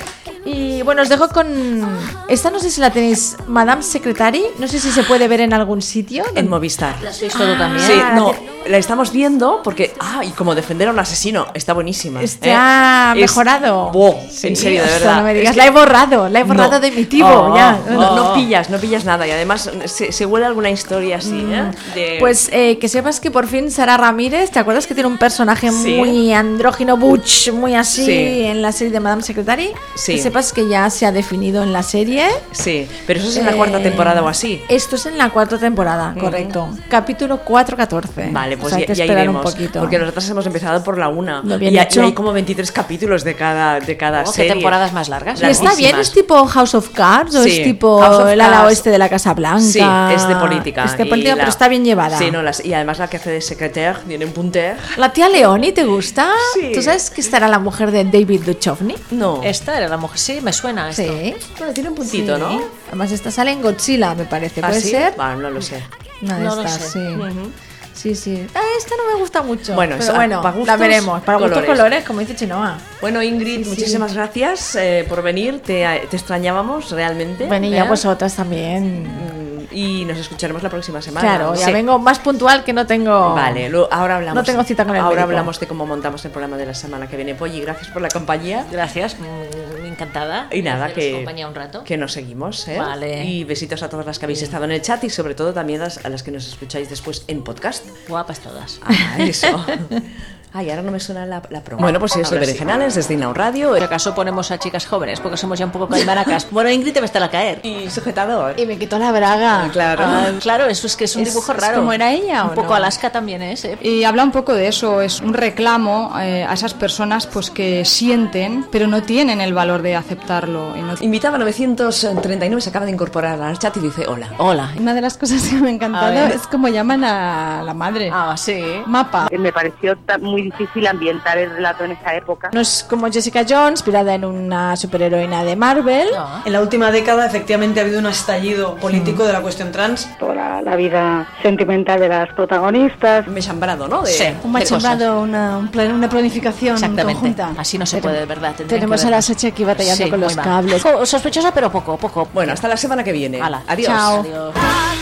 Speaker 7: Y bueno, os dejo con. Esta no sé si la tenéis, Madame Secretary. No sé si se puede ver en algún sitio.
Speaker 1: En Movistar.
Speaker 7: ¿La sois todo también?
Speaker 1: Sí,
Speaker 7: Ah,
Speaker 1: no, la estamos viendo porque. Ah, y como defender a un asesino, está buenísima.
Speaker 7: Está
Speaker 1: eh, Es-
Speaker 7: Este mejorado.
Speaker 1: Buah, en serio, de
Speaker 7: Esto,
Speaker 1: verdad.
Speaker 7: No me
Speaker 1: Es
Speaker 7: digas,
Speaker 1: que-
Speaker 7: la he borrado, la he borrado
Speaker 1: No.
Speaker 7: de mi tivo.
Speaker 1: Oh,
Speaker 7: ya.
Speaker 1: No, no pillas, no pillas nada. Y además se, se huele alguna historia así, ¿eh? De-
Speaker 7: Pues eh, que sepas que por fin Sara Ramírez, ¿te acuerdas que tiene un personaje
Speaker 1: Sí.
Speaker 7: muy andrógino, butch, muy así
Speaker 1: Sí.
Speaker 7: en la serie de Madame Secretary?
Speaker 1: Sí.
Speaker 7: Que sepas que ya se ha definido en la serie.
Speaker 1: Sí, pero eso es en la
Speaker 7: Eh,
Speaker 1: cuarta temporada o así.
Speaker 7: Esto es en la cuarta temporada, correcto. Capítulo 4-14.
Speaker 1: Vale, pues
Speaker 7: O sea, hay
Speaker 1: ya,
Speaker 7: que
Speaker 1: ya
Speaker 7: esperar
Speaker 1: iremos.
Speaker 7: un poquito.
Speaker 1: Porque nosotras hemos empezado por la una.
Speaker 7: Lo bien
Speaker 1: y, hay-
Speaker 7: hecho.
Speaker 1: y hay como 23 capítulos de cada, de cada
Speaker 2: Oh, qué
Speaker 1: serie.
Speaker 2: temporadas más largas.
Speaker 7: ¿Y está bien?
Speaker 1: Larguísimas.
Speaker 7: ¿Es tipo House of Cards o
Speaker 1: Sí,
Speaker 7: es tipo
Speaker 1: House of
Speaker 7: el ala
Speaker 1: Cards.
Speaker 7: oeste de la Casa Blanca?
Speaker 1: Sí, es de política.
Speaker 7: Es de
Speaker 1: y
Speaker 7: política,
Speaker 1: la-
Speaker 7: pero está bien llevada.
Speaker 1: Sí, no, las- y además la que hace de secretaire tiene un punter.
Speaker 7: ¿La tía Leoni te gusta?
Speaker 1: Sí.
Speaker 7: ¿Tú sabes que estará la mujer de David Duchovny?
Speaker 1: No.
Speaker 2: Esta era la mujer, sí, me suena esto.
Speaker 7: Sí.
Speaker 1: tiene un puntito,
Speaker 7: Sí.
Speaker 1: ¿no?
Speaker 7: ¿eh? Además, esta sale en Godzilla, me parece.
Speaker 1: ¿Ah,
Speaker 7: ¿Puede
Speaker 1: sí?
Speaker 7: ser?
Speaker 1: Bueno, no lo sé.
Speaker 7: Una de
Speaker 2: No lo
Speaker 7: estas,
Speaker 2: sé.
Speaker 7: sí. Sí, sí. Ah, esta no me gusta mucho.
Speaker 1: Bueno,
Speaker 7: pero
Speaker 1: esa-
Speaker 7: bueno,
Speaker 1: para gustos,
Speaker 7: la veremos. Para gustos
Speaker 1: colores.
Speaker 7: colores, como dice Chenoa.
Speaker 1: Bueno, Ingrid, muchísimas gracias eh, por venir. Te, te extrañábamos realmente.
Speaker 7: Bueno, y
Speaker 1: ¿eh?
Speaker 7: ya pues, vosotras también.
Speaker 1: Mm, Y nos escucharemos la próxima semana.
Speaker 7: Claro, ya
Speaker 1: Sí.
Speaker 7: vengo más puntual que no tengo.
Speaker 1: Vale, lo- ahora hablamos.
Speaker 7: No tengo cita con el
Speaker 1: Ahora
Speaker 7: médico.
Speaker 1: hablamos de cómo montamos el programa de la semana que viene. Polly, gracias por la compañía.
Speaker 2: Gracias, mm, encantada.
Speaker 1: Y nada,
Speaker 2: Haceros
Speaker 1: que,
Speaker 2: compañía un rato.
Speaker 1: que nos seguimos. ¿eh?
Speaker 2: Vale.
Speaker 1: Y besitos a todas las que habéis estado en el chat y sobre todo también las- a las que nos escucháis después en podcast.
Speaker 2: Guapas todas.
Speaker 1: Ah, eso. Ay, ahora no me suena la, la promo. [laughs] Bueno, pues eso, Berenjenales, desde Inau Radio.
Speaker 2: Por acaso ponemos a chicas jóvenes, porque somos ya un poco [laughs] calmaracas. Bueno, Ingrid te va a estar a caer.
Speaker 1: Y sujetador.
Speaker 7: Y me quitó la braga.
Speaker 1: Claro.
Speaker 2: Ah, claro, eso es que es un
Speaker 7: Es-
Speaker 2: dibujo
Speaker 7: es
Speaker 2: raro.
Speaker 7: como era ella, ¿o
Speaker 2: Un poco
Speaker 7: no?
Speaker 2: Alaska también es, ¿eh?
Speaker 12: Y habla un poco de eso, es un reclamo eh, a esas personas pues que sienten, pero no tienen el valor de aceptarlo. y no-
Speaker 1: Invitaba 939, se acaba de incorporar al chat y dice hola.
Speaker 2: Hola.
Speaker 12: Una de las cosas que me ha
Speaker 2: A
Speaker 12: encantado
Speaker 2: ver.
Speaker 12: es como llaman a la madre.
Speaker 2: Ah, sí.
Speaker 12: Mapa.
Speaker 13: Eh, Me pareció ta- muy difícil ambientar el relato en esa época.
Speaker 7: No es como Jessica Jones, inspirada en una superheroína de Marvel.
Speaker 14: En la última década, efectivamente, ha habido un estallido
Speaker 1: Mm.
Speaker 14: político de la cuestión trans.
Speaker 13: Toda la vida sentimental de las protagonistas.
Speaker 1: Me he chambrado, ¿no? De-
Speaker 2: Sí,
Speaker 12: Un
Speaker 2: de cosas.
Speaker 12: machembrado, una, un plan- una planificación
Speaker 2: Exactamente.
Speaker 12: conjunta.
Speaker 2: Así no se puede, de verdad. tendrían
Speaker 7: Tenemos
Speaker 2: que
Speaker 7: a la
Speaker 2: vernos.
Speaker 7: Sachi aquí batallando
Speaker 2: Sí,
Speaker 7: con los
Speaker 2: muy mal.
Speaker 7: cables.
Speaker 2: Jo- Sospechosa, pero poco, poco.
Speaker 1: Bueno, hasta la semana que viene.
Speaker 2: Hala.
Speaker 1: Adiós.
Speaker 7: Chao.
Speaker 2: Adiós.
Speaker 11: I